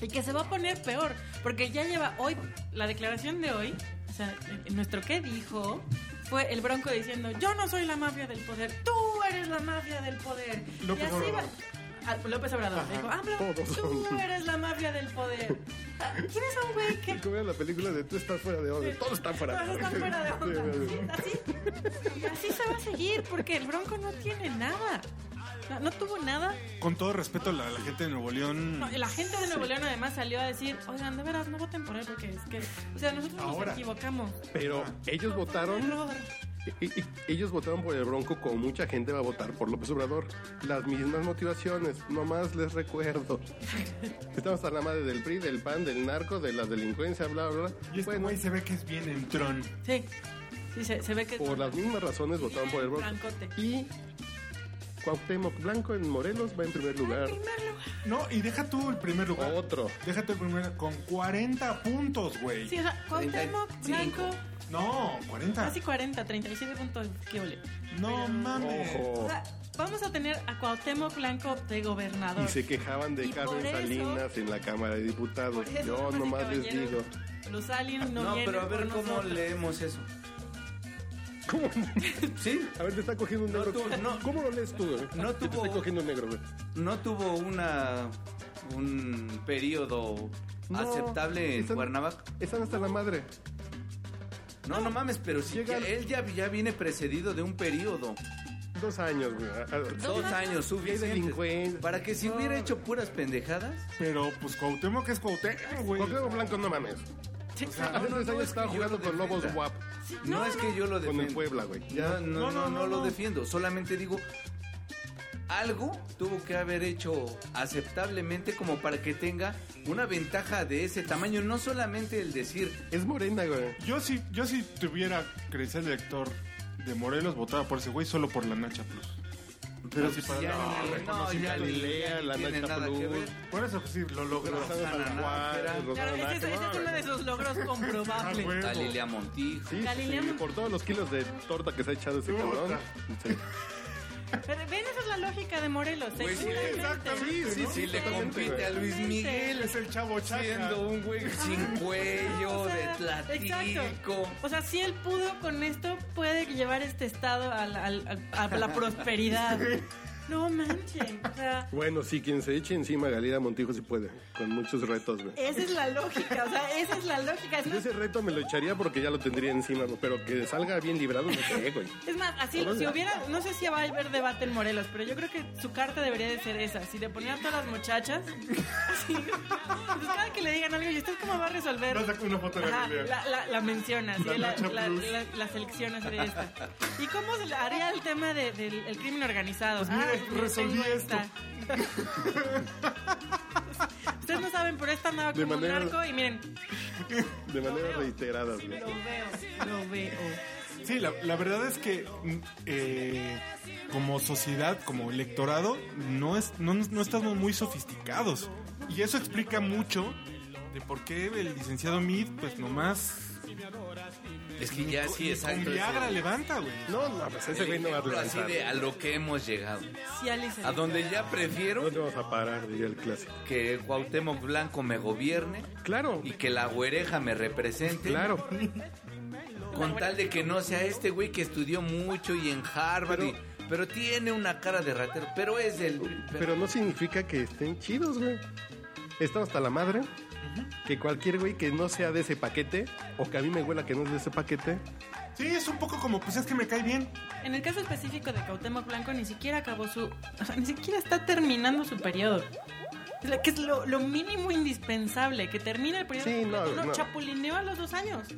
B: Y que se va a poner peor, porque ya lleva hoy, la declaración de hoy, o sea, en- en nuestro qué dijo, fue el bronco diciendo, yo no soy la mafia del poder, tú eres la mafia del poder.
A: López
B: y así
A: Obrador.
B: va- Ah, López Obrador dijo, AMLO,
C: todos
B: tú
C: son-
B: eres la mafia del poder. Ah, ¿Quién es un güey que
C: Y como era la película de tú estás fuera de orden, todos están fuera de
B: todos
C: orden.
B: están fuera de onda?
C: Sí, sí, sí.
B: Así, así se va a seguir, porque el bronco no tiene nada. No, no tuvo nada.
A: Con todo respeto a la, la gente de Nuevo León.
B: No, la gente de Nuevo León además salió a decir, oigan, de veras, no voten por él porque es que, o sea, nosotros
A: Ahora.
B: nos equivocamos.
C: Pero ellos votaron
B: Error.
C: Y- y- ellos votaron por el Bronco como mucha gente va a votar por López Obrador. Las mismas motivaciones, nomás les recuerdo. Estamos a la madre del PRI, del PAN, del narco, de la delincuencia, bla, bla, bla.
A: Y este
C: Bueno,
A: güey se ve que es bien entrón.
B: Sí, sí, se, se ve que...
C: por las mismas razones votaron por el Bronco.
B: Blancote.
C: Y Cuauhtémoc Blanco en Morelos va en primer lugar.
A: No, y deja tú el primer lugar.
C: Otro.
A: Deja tú el primer lugar. Con 40 puntos, güey.
B: Sí, Ah, o sea, Cuauhtémoc,
D: 35.
B: Blanco,
C: Ah.
A: No, 40.
B: casi 40, 37 puntos, qué ole.
A: No mames.
B: O
C: Ojo.
B: sea, vamos a tener a Cuauhtémoc Blanco de gobernador.
C: Y se quejaban de
B: Y por
C: Carmen
B: eso-
C: Salinas en la Cámara de Diputados.
B: Por eso,
C: Yo
B: damas y
C: nomás les
B: caballeros,
C: digo.
B: Los aliens no,
D: No,
B: vienen
D: pero a ver
B: por
D: cómo
B: nosotros.
D: leemos eso.
C: ¿Cómo?
D: Sí,
C: A ver, te está cogiendo un
D: No,
C: negro.
D: tú, no.
C: ¿Cómo lo lees tú? güey?
D: No
C: Te
D: tuvo-
C: está cogiendo un negro, güey.
D: no tuvo una un periodo
C: No,
D: aceptable en
C: están-
D: Cuernavaca.
C: Están hasta la madre.
D: No, no mames, pero si
C: Llega-
D: ya- él ya, ya viene precedido de un periodo.
C: Dos años, güey. Ah, ah,
D: Dos años
C: delincuentes.
D: suficientes. Para que si hubiera hecho puras pendejadas.
A: Pero pues Cuauhtémoc es Cuauhtémoc, güey.
C: Cuauhtémoc Blanco, no mames.
B: Sí,
D: sea,
C: Hace
D: no,
C: tres años
D: no, es que
C: estaba
D: yo
C: jugando
D: lo
C: con
D: defienda.
C: Lobos WAP
B: sí,
D: No, es que yo lo
C: con el
D: defiendo.
C: Puebla, güey.
D: No, no, no,
A: No, no,
D: no
A: no.
D: lo defiendo. Solamente digo, algo tuvo que haber hecho aceptablemente como para que tenga una ventaja de ese tamaño. No solamente el decir,
C: Es morena, güey.
A: Yo si, yo si tuviera creencia de lector de Morelos, votaba por ese güey solo por la Nacha Plus.
D: pero
A: Así
D: pues
A: para-
D: ya
A: no,
D: ni- no, ya
C: reconocimiento
D: ni-
C: de Lea,
D: ni
C: la
D: tiene
C: Nacha
D: nada que
C: Plus.
D: ver.
A: Por eso sí, lo logró.
D: Rosana Nájera.
C: Rosana
B: Claro, ese, es-
C: Nájera,
B: ese es
C: güey.
B: uno de sus logros
A: Ah,
B: comprobables.
A: güey.
D: A Lilia Montijo.
C: Sí, sí,
B: Galilea
C: sí,
B: Mon-
C: por todos los kilos de torta que se ha echado ese
A: Puta.
C: cabrón. Sí.
B: Pero ven, esa es la lógica de Morelos.
D: Pues sí,
B: seguramente.
A: exactamente,
D: Sí, sí, le compite a Luis Miguel.
A: Es el chavo chaca.
D: Siendo un güey sin cuello,
B: O sea,
D: de platico.
B: exacto. O sea, si él pudo con esto, puede llevar este estado al- al- al- a, la prosperidad. No manchen. O sea,
C: Bueno, sí, quien se eche encima a Galilea Montijo si puede, con muchos retos, güey.
B: esa es la lógica. O sea, esa es la lógica. Es
C: Yo
B: más,
C: ese reto me lo echaría porque ya lo tendría encima, güey, pero que salga bien librado no sé, güey.
B: es más, así, si hubiera, no sé si va a haber debate en Morelos, pero yo creo que su carta debería de ser esa. Si le ponían todas las muchachas, así, pues cada que le digan algo, ¿y usted cómo va a resolver?
A: No sacó una foto de
B: Ajá,
A: Galilea.
B: la, la, la mencionas, ¿sí?
A: La
B: la,
A: Nacha
B: la-
A: Plus.
B: la- la seleccionas de esta. ¿Y cómo se le haría el tema de- del el crimen organizado?
A: mire,
B: yo
A: Pues resolví
B: tengo
A: esto.
B: esta. Ustedes no saben, pero esta andaba
C: De
B: como
C: manera-
B: un narco y miren,
C: De manera
B: veo.
C: reiterada, güey.
B: lo veo, lo veo.
A: Sí, la, la verdad es que mm, eh, como sociedad, como electorado, no, es, no, no estamos muy sofisticados. Y eso explica mucho de por qué el licenciado Mead, pues nomás...
D: Es que ya sí,
A: Con
D: exacto.
A: Viagra
D: es
A: levanta, güey.
C: No, no, pues
D: el-
C: ese güey no va a
D: ejemplo así
C: levantar.
D: de a lo que hemos llegado.
B: Sí, Alice.
D: A donde ya prefiero
C: ¿Dónde vamos a parar? Diría el clásico.
D: que Cuauhtémoc Blanco me gobierne
C: Claro,
D: y que la güereja me represente.
C: claro.
D: Con tal de que no sea este güey que estudió mucho y en Harvard. y- Pero, tiene una cara de ratero. Pero es el.
C: Pero no significa que estén chidos, güey. Estamos hasta la madre. Que cualquier güey que no sea de ese paquete, o que a mí me huela que no es de ese paquete,
A: Sí, es un poco como, pues es que me cae bien.
B: En el caso específico de Cuauhtémoc Blanco, ni siquiera acabó su... O sea, ni siquiera está terminando su periodo. Es lo- Que es lo, lo mínimo indispensable, que termine el periodo.
C: Sí,
B: completo.
C: no, no.
B: chapulineó a los dos años.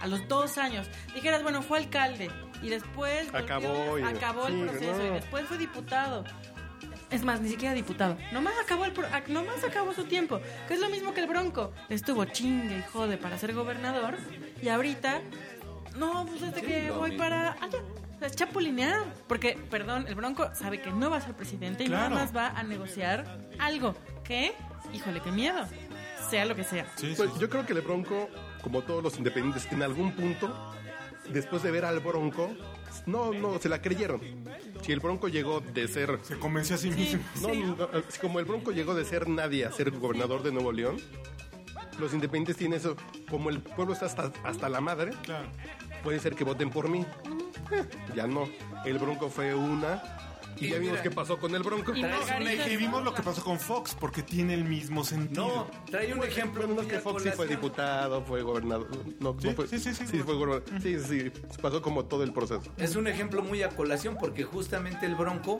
B: A los dos años. Dijeras, bueno, fue alcalde. Y después... volvió,
C: Acabó y-
B: acabó el
C: sí,
B: proceso.
C: no.
B: Y después fue diputado. Es más, ni siquiera diputado. Nomás acabó, el pro- ac- nomás acabó su tiempo. Que es lo mismo que el Bronco. Estuvo chingue y jode para ser gobernador. Y ahorita. No, pues desde
D: Sí,
B: que
D: lo
B: voy
D: mismo.
B: para. allá. O sea, es chapulinear. Porque, perdón, el Bronco sabe que no va a ser presidente y
A: Claro.
B: nada más va a negociar algo. ¿Qué? Híjole, qué miedo. Sea lo que sea.
A: Sí,
C: Pues yo creo que el Bronco, como todos los independientes, en algún punto, después de ver al Bronco, no, no, se la creyeron. Si el Bronco llegó de ser,
A: Se convenció a sí
B: Sí,
A: mismo.
C: no,
B: sí.
C: no, así como el Bronco llegó de ser nadie a ser gobernador de Nuevo León, los independientes tienen eso, como el pueblo está hasta, hasta la madre,
A: Claro.
C: puede ser que voten por mí. Eh, ya no, el Bronco fue una y,
D: Y
C: ya vimos
D: mira.
C: qué pasó con el Bronco.
B: Y
D: Traes
B: Margarita
D: una-
A: Y
B: es-
A: vimos lo que pasó con Fox, porque tiene el mismo
D: No,
A: sentido.
D: trae un ejemplo.
C: Bueno, no es que
D: mira,
C: Fox sí
D: con
C: fue
D: las-
C: diputado, fue gobernador. No,
A: Sí,
C: no fue,
A: sí, sí, sí.
C: fue gobernador. Sí, sí, pasó como todo el proceso.
D: Es un ejemplo muy a colación porque justamente el Bronco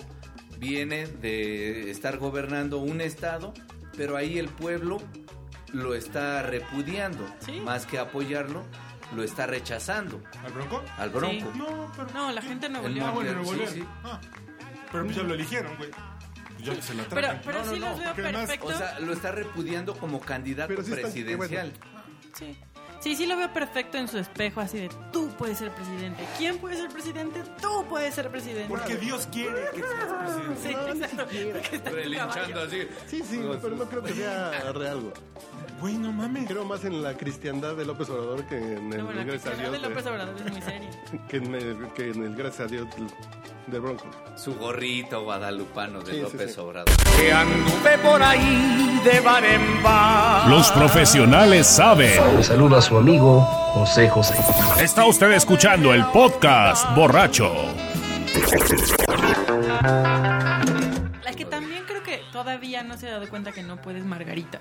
D: viene de estar gobernando un estado, pero ahí el pueblo lo está repudiando,
B: Sí.
D: más que apoyarlo, lo está rechazando
A: ¿Al Bronco?
D: al Bronco.
A: No, pero...
B: No, la gente no
D: El
A: Ah,
B: volvió.
D: Mar-
A: bueno, Nuevo
D: Sí,
A: León.
D: sí.
A: Ah, pero pues ya lo eligieron, güey. Ya que se la
B: Pero,
A: traen.
B: pero
D: No, no,
B: sí
D: no,
B: los veo
A: porque además-
D: O
B: perfectos.
D: sea, lo está repudiando como candidato
C: Pero sí está-
D: presidencial.
B: Sí. Sí, sí lo veo perfecto en su espejo, así de tú puedes ser presidente. ¿Quién puede ser presidente? Tú puedes ser presidente.
A: Porque Dios quiere que seas presidente.
B: Sí, exacto. Porque está en
D: Relinchando
B: caballo.
D: así.
C: Sí, sí, pero no creo que sea real. güey.
A: Güey, no mames.
C: Creo más en la cristiandad de López Obrador que en el
B: No, bueno, la
C: gracias a
B: cuestión de
D: eh.
C: Dios.
B: López
C: de-
B: Obrador es muy seria.
C: que, en el, que en el gracias a Dios del, del Bronco.
D: Su gorrito guadalupano de
C: Sí, sí,
D: López
C: sí.
D: Obrador.
F: que anduve por ahí de bar en bar.
G: Los profesionales saben.
H: Le saluda a su amigo José José.
G: Está usted escuchando el podcast borracho.
B: La que también creo que todavía no se ha dado cuenta que no puedes Margarita.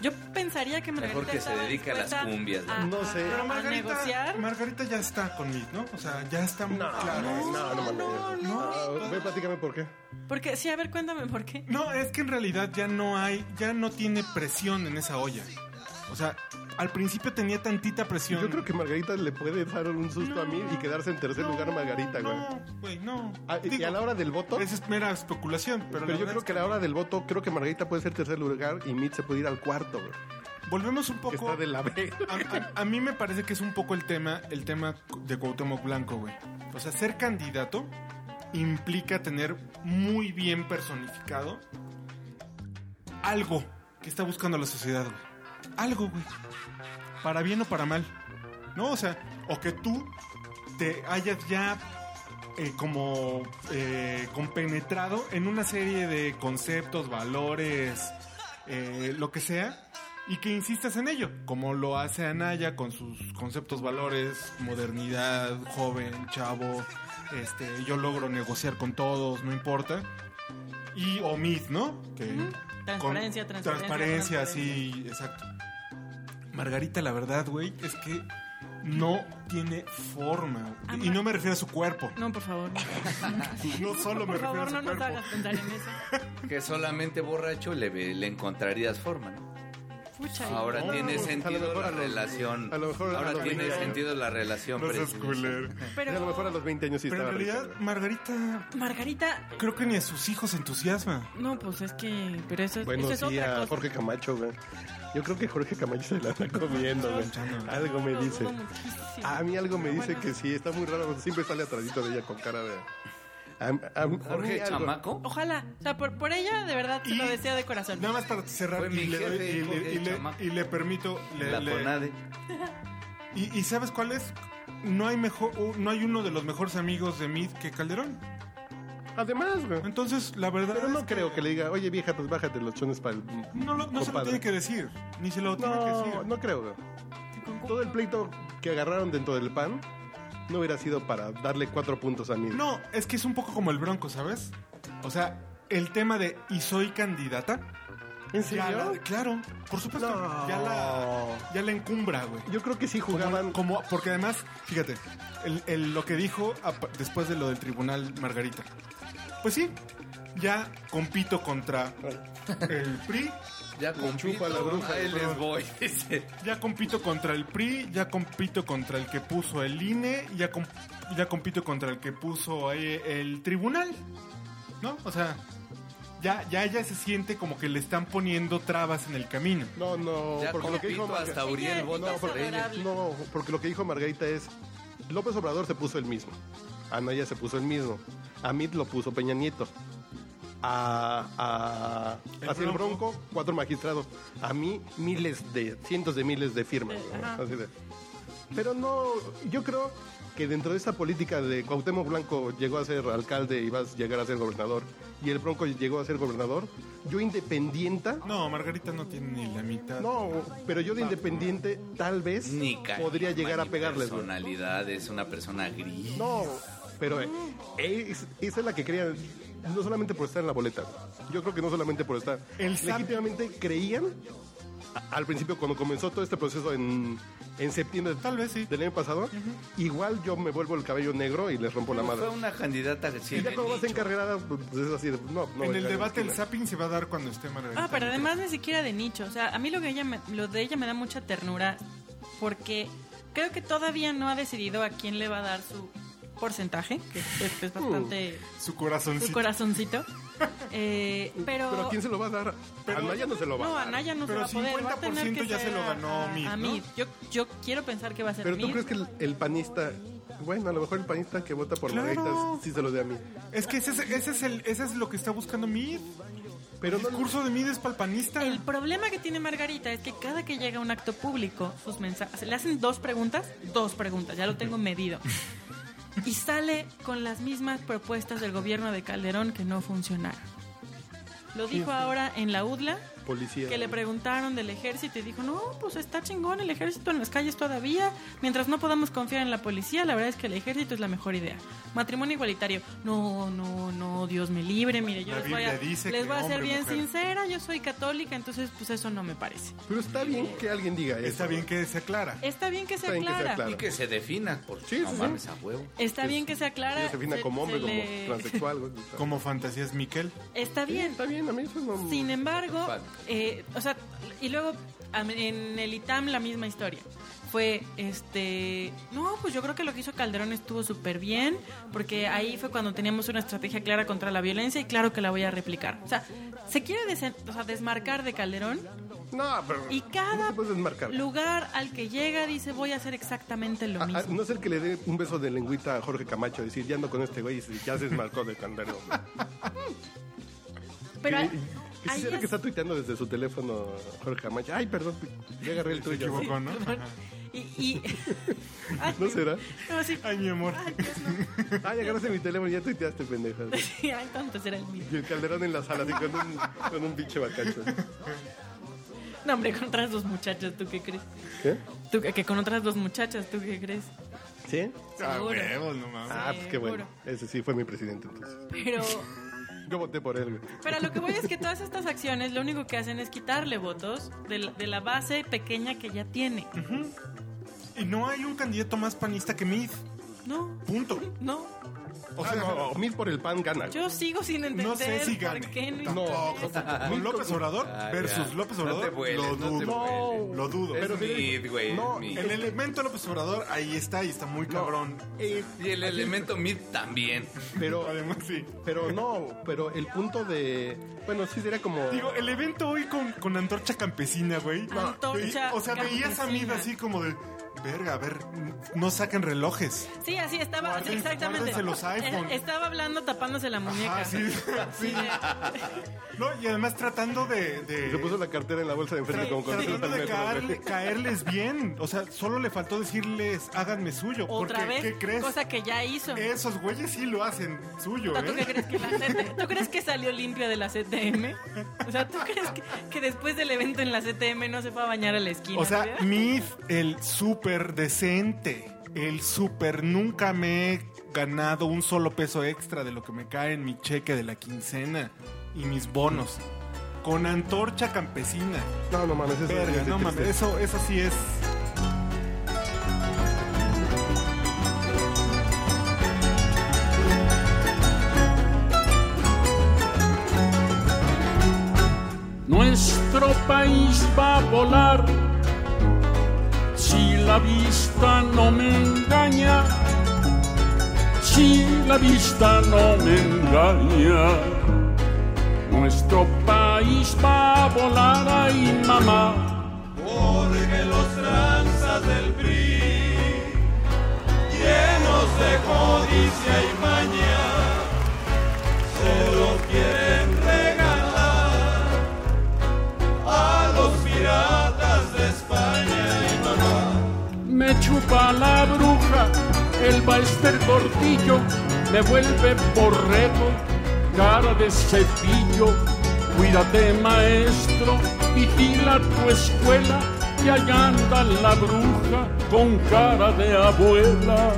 B: Yo pensaría que Margarita
D: Mejor que se
B: estaba
D: dedique a las
B: dispuesta
D: cumbias, ¿no?
B: a-
C: No
B: a-
C: sé.
B: a
C: Pero
B: negociar.
A: Margarita ya está con Nick, ¿no? O sea, ya está muy claro.
C: no,
A: eso.
C: no, no,
B: No,
C: mames.
B: no.
C: Ah, Ve, platícame por qué.
B: Porque, sí, a ver, cuéntame por qué.
A: No, es que en realidad ya no hay, ya no tiene presión en esa olla. O sea, al principio tenía tantita presión.
C: Yo creo que Margarita le puede dar un susto a mí y quedarse en tercer
A: No,
C: lugar Margarita, güey.
A: No, güey, no.
C: Ah, y- y a la hora del voto,
A: Esa es mera especulación, pero, la
C: pero, yo
A: verdad
C: creo
A: es
C: que a la hora del voto, creo que Margarita puede ser tercer lugar y Mitch se puede ir al cuarto, güey.
A: Volvemos un
C: Que
A: poco...
C: está de la B.
A: A, a- a mí me parece que es un poco el tema, el tema de Cuauhtémoc Blanco, güey. O sea, ser candidato implica tener muy bien personificado algo que está buscando la sociedad, güey. Algo, güey. Para bien o para mal. ¿No? O sea, o que tú te hayas ya eh, como eh, compenetrado en una serie de conceptos, valores, eh, lo que sea, y que insistas en ello, como lo hace Anaya con sus conceptos, valores, modernidad, joven, chavo, este, yo logro negociar con todos, no importa, y Omid, ¿no? Que
B: Transparencia,
A: con-
B: transparencia,
A: transparencia, sí, exacto. Margarita, la verdad, güey, es que no tiene forma.
D: Ah,
B: Ama-
A: Y no me refiero a su cuerpo.
B: No, por favor.
A: No solo me
B: Por
A: refiero
B: favor,
A: a
B: no
A: su
B: nos
A: cuerpo.
B: hagas pensar en eso.
D: Que solamente borracho le, ve- le encontrarías forma, ¿no?
B: Pucha.
D: Ahora
C: No,
D: tiene
C: pues, a lo
D: sentido
C: mejor
D: la
C: a los-
D: relación.
C: a lo mejor a
D: Ahora
C: los
D: tiene
C: niños.
D: sentido la relación.
A: No seas
D: presi-
A: culero.
C: Y a lo mejor a
B: Pero
C: los 20 años sí
A: Pero en
C: estaba
A: realidad,
C: rica, güey.
A: Margarita,
B: Margarita,
A: creo que ni a sus hijos entusiasma.
B: no, pues es que, pero eso, eso es
C: Buenos
B: otra
C: días,
B: cosa.
C: Jorge Camacho, güey. Yo creo que Jorge Camacho se la está comiendo, güey. Algo me
B: Lo
C: dice.
B: dudo muchísimo.
C: A mí algo me
B: Pero
C: dice
B: bueno,
C: que sí, está muy raro. Siempre sale atrásito de ella con cara de. A- a- a mí
D: Jorge
C: algo-
D: Chamaco.
B: Ojalá, o sea, por, por ella de verdad te
A: Y-
B: lo deseo de corazón.
A: Nada más para cerrar
D: Fue mi
A: y le, doy-
D: jefe,
A: y le-
D: Jorge
A: y le-
D: Chamaco.
A: y le permito... le-
D: la
A: le-
D: CONADE.
A: y, y ¿sabes cuál es? No hay, mejor, no hay uno de los mejores amigos de Mid que Calderón.
C: Además, güey.
A: Entonces, la verdad
C: Pero no
A: es
C: creo que le diga, oye vieja, pues bájate los chones para el.
A: No, lo- no se lo
C: compadre".
A: tiene que decir, ni se lo tiene que
C: No,
A: decir.
C: no creo, güey. Todo el pleito que agarraron dentro del pan no hubiera sido para darle cuatro puntos a mí.
A: No, es que es un poco como el bronco, ¿sabes? O sea, el tema de ¿y soy candidata?
C: ¿En
A: Ya
C: serio?
A: la- claro, por supuesto.
C: No.
A: Ya, la, ya la encumbra, güey.
C: Yo creo que sí jugaban.
A: Como, como- porque además, fíjate, el- el- lo que dijo ap- después de lo del tribunal Margarita. Pues sí, ya compito contra el PRI,
D: Ya compito,
C: chupa la bruja,
D: ahí
C: pero-
D: les voy. dice.
A: ya compito contra el PRI, ya compito contra el que puso el INE, ya, com- ya compito contra el que puso eh, el tribunal. ¿No? O sea, ya, ya ella se siente como que le están poniendo trabas en el camino.
C: No, no,
D: ya
C: porque lo que dijo
D: compito
C: Margarita.
D: hasta Uriel
B: Ella- ella
D: vota
B: es
D: por ella.
B: adorable.
C: No, porque lo que dijo Margarita es: López Obrador se puso el mismo. Anaya se puso el mismo. Amit lo puso Peña Nieto. A. a-
A: El
C: así el
A: Bronco.
C: Bronco, cuatro magistrados. A mí, miles de. cientos de miles de firmas.
B: Eh,
C: ¿no?
B: ajá.
C: Así de- Pero no, yo creo que dentro de esta política de Cuauhtémoc Blanco llegó a ser alcalde y va a llegar a ser gobernador, y el Bronco llegó a ser gobernador, yo independienta
A: No, Margarita no tiene ni la mitad.
C: no, pero yo de independiente tal vez
D: Ni carisma,
C: podría llegar a
D: ni
C: pegarles. güey.
D: personalidad, es una persona gris.
C: No, pero eh, es- esa es la que creían. No solamente por estar en la boleta. Yo creo que no solamente por estar.
A: El zap-
C: Legítimamente creían a- al principio cuando comenzó todo este proceso en, en septiembre
A: Tal vez sí.
C: del año pasado. Igual yo me vuelvo el cabello negro y les rompo la madre.
D: Fue una candidata que
C: Y ya cuando vas encarregada, pues es así. de, No, no,
A: en
C: voy
A: el
C: a-
A: debate el zapping se va a dar cuando esté Margarita.
B: Ah, pero además ni siquiera de nicho. O sea, a mí lo, que ella me- lo de ella me da mucha ternura porque creo que todavía no ha decidido a quién le va a dar su porcentaje, que es, es bastante
A: Su corazoncito.
B: su corazoncito. Eh, pero,
C: Mm. Pero ¿a quién se lo va a dar?
A: Pero-
C: a Naya no se lo va
B: no,
C: a
B: a
C: dar.
B: Naya no
A: Pero
B: se va a poder. Va a tener
A: 50%
B: que
A: ya
B: ser
A: se lo
B: a-
A: ganó
B: a,
A: Mid, ¿no?
B: Mid. Yo, yo quiero pensar que va a ser
C: Pero tú
B: Mid.
C: crees que el, el panista, bueno, a lo mejor el panista que vota por
A: Claro.
C: Margarita sí se lo dé a mí.
A: Es que ese, es- ese es el, ese es lo que está buscando Mid.
C: Pero
A: el
C: no-
A: discurso de Mid es palpanista.
B: El problema que tiene Margarita es que cada que llega a un acto público, sus mensajes, le hacen dos preguntas, dos preguntas, ya lo tengo medido. Y sale con las mismas propuestas del gobierno de Calderón que no funcionaron. Lo dijo ahora en la UDLA,
C: Policía.
B: que le preguntaron del ejército y dijo, no, pues está chingón el ejército en las calles todavía. Mientras no podamos confiar en la policía, la verdad es que el ejército es la mejor idea. Matrimonio igualitario. No, no, no, Dios me libre. Mire, yo
A: La
B: les voy a,
A: Biblia dice
B: les
A: que
B: voy a ser
A: hombre,
B: bien
A: mujer.
B: sincera, yo soy católica, entonces pues eso no me parece.
C: Pero está bien que alguien diga eso.
A: Está bien que se aclara.
B: Está bien que sea
C: Está bien que sea
B: clara.
C: clara.
D: Y que se defina, por
C: Sí,
D: no
C: sí, sí.
D: mames a huevo.
B: Está bien que sea
C: Ella
B: clara.
C: se defina
B: se-
C: como hombre,
B: se
C: como
B: le-
C: transexual. güey.
A: Como fantasías Miquel.
B: Está
C: Sí,
B: bien.
C: Mm. Está bien, a mí eso no...
B: Sin embargo,
D: Vale.
B: eh, o sea, y luego a- en el ITAM la misma historia. Fue este. No, pues yo creo que lo que hizo Calderón estuvo súper bien, porque ahí fue cuando teníamos una estrategia clara contra la violencia y claro que la voy a replicar. O sea, se quiere desen- o sea, desmarcar de Calderón
C: No, pero.
B: y
C: No
B: cada
C: te puedes desmarcar.
B: lugar al que llega dice voy a hacer exactamente lo
C: A- a-
B: mismo.
C: no es el que le dé un beso de lengüita a Jorge Camacho, decir, ya ando con este güey y se- ya se desmarcó de Candelo.
B: Pero
C: Que- que
B: ahí
C: sí será
B: es-
C: que está tuiteando desde su teléfono Jorge Camacho. Ay, perdón, ya agarré el
A: Se
C: tuyo.
A: equivocó, ¿no? Ajá.
B: y, y- Ay,
C: ¿No será?
B: no, sí.
A: Ay, mi amor.
B: Ay, Dios, no.
C: Ay, agarraste mi teléfono y ya tuiteaste, pendeja.
B: Sí, ay, tanto será el mío.
C: Y el Calderón en la sala, así, con un, con un pinche bacacho.
B: No, hombre, con otras dos muchachas, ¿tú qué crees?
C: ¿Qué?
B: Tú, que que con otras dos muchachas, ¿tú qué crees?
C: ¿Sí?
A: Ah,
B: Seguro.
A: huevos, no mames.
C: Ah, pues qué bueno.
B: Seguro.
C: Ese sí fue mi presidente entonces.
B: Pero,
C: Yo voté por él, güey.
B: pero a lo que voy es que todas estas acciones lo único que hacen es quitarle votos de la, de la base pequeña que ya tiene.
A: Y no hay un candidato más panista que Mid.
B: No,
A: Punto.
B: no.
C: O sea, no, mil por el pan gana.
B: Yo sigo sin entender
A: No sé si gane.
B: por qué no
A: Tampoco.
B: interesa.
A: Con López Obrador
D: Ah,
A: versus
D: ya.
A: López
D: No te
A: Obrador,
D: vueles,
A: lo
D: no te
A: dudo.
D: vueles.
A: lo dudo.
D: Es
A: Pero
D: mid, güey.
A: no,
D: es mid.
C: e-
A: el elemento López Obrador ahí está y está muy cabrón.
D: Y el elemento mid también.
C: Pero,
A: Además, sí.
C: pero no, pero el punto de. Bueno, sí sería como.
A: Digo, el evento hoy con, con antorcha campesina, güey.
B: Antorcha
A: Ve- O sea, veías a Mid
B: campesina.
A: así como de. Verga, a ver, no saquen relojes.
B: Sí, así estaba,
A: Guarden-
B: sí, exactamente.
A: guárdense los iPhone.
B: Eh, Estaba hablando tapándose la muñeca.
A: Ah, sí.
B: Sí, de-
A: No, y además tratando de. de-
C: se puso la cartera en la bolsa de enfrente como con
A: Tratando de
C: el
A: caerle- caerles bien. O sea, solo le faltó decirles, háganme suyo.
B: Otra
A: porque,
B: vez,
A: ¿qué crees?
B: cosa que ya hizo.
A: Esos güeyes sí lo hacen suyo,
B: O sea, ¿tú qué
A: ¿eh?
B: crees que la CT ¿Tú crees que salió limpio de la CTM? O sea, ¿tú crees que, que después del evento en la CTM no se fue a bañar a la esquina?
A: O sea,
B: ¿verdad?
A: Mid, el súper decente, el súper nunca me he ganado un solo peso extra de lo que me cae en mi cheque de la quincena y mis bonos. Con antorcha campesina.
C: No, no mames, eso
A: Verga,
C: es de
A: no mames,
C: tristeza.
A: eso, eso sí es.
G: Nuestro país va a volar si la vista no me engaña. Si la vista no me engaña. Nuestro país va a volar ay mamá.
F: Porque los tranzas del PRI, llenos de codicia y maña, se lo quieren regalar a los piratas de España y mamá.
G: Me chupa la bruja, el Baester Gordillo, me vuelve borrego, cara de cepillo. Cuídate maestro, vigila tu escuela, y allá anda la bruja con cara de abuela.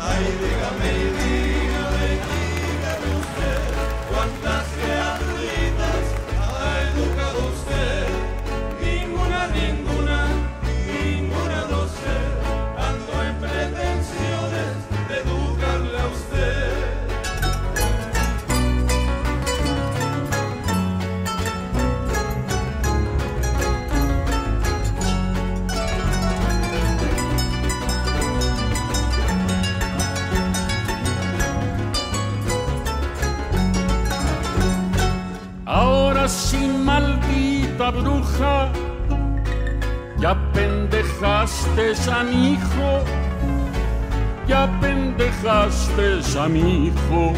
F: Ay, dígame y dígame, dígame usted, cuántas criaturitas ha educado usted. Ninguna, ninguna, ninguna no sé, ando en pretensiones de educarle a usted.
G: Ahora sí, maldita bruja, ya pendejaste a mi hijo, ya pendejaste a mi hijo.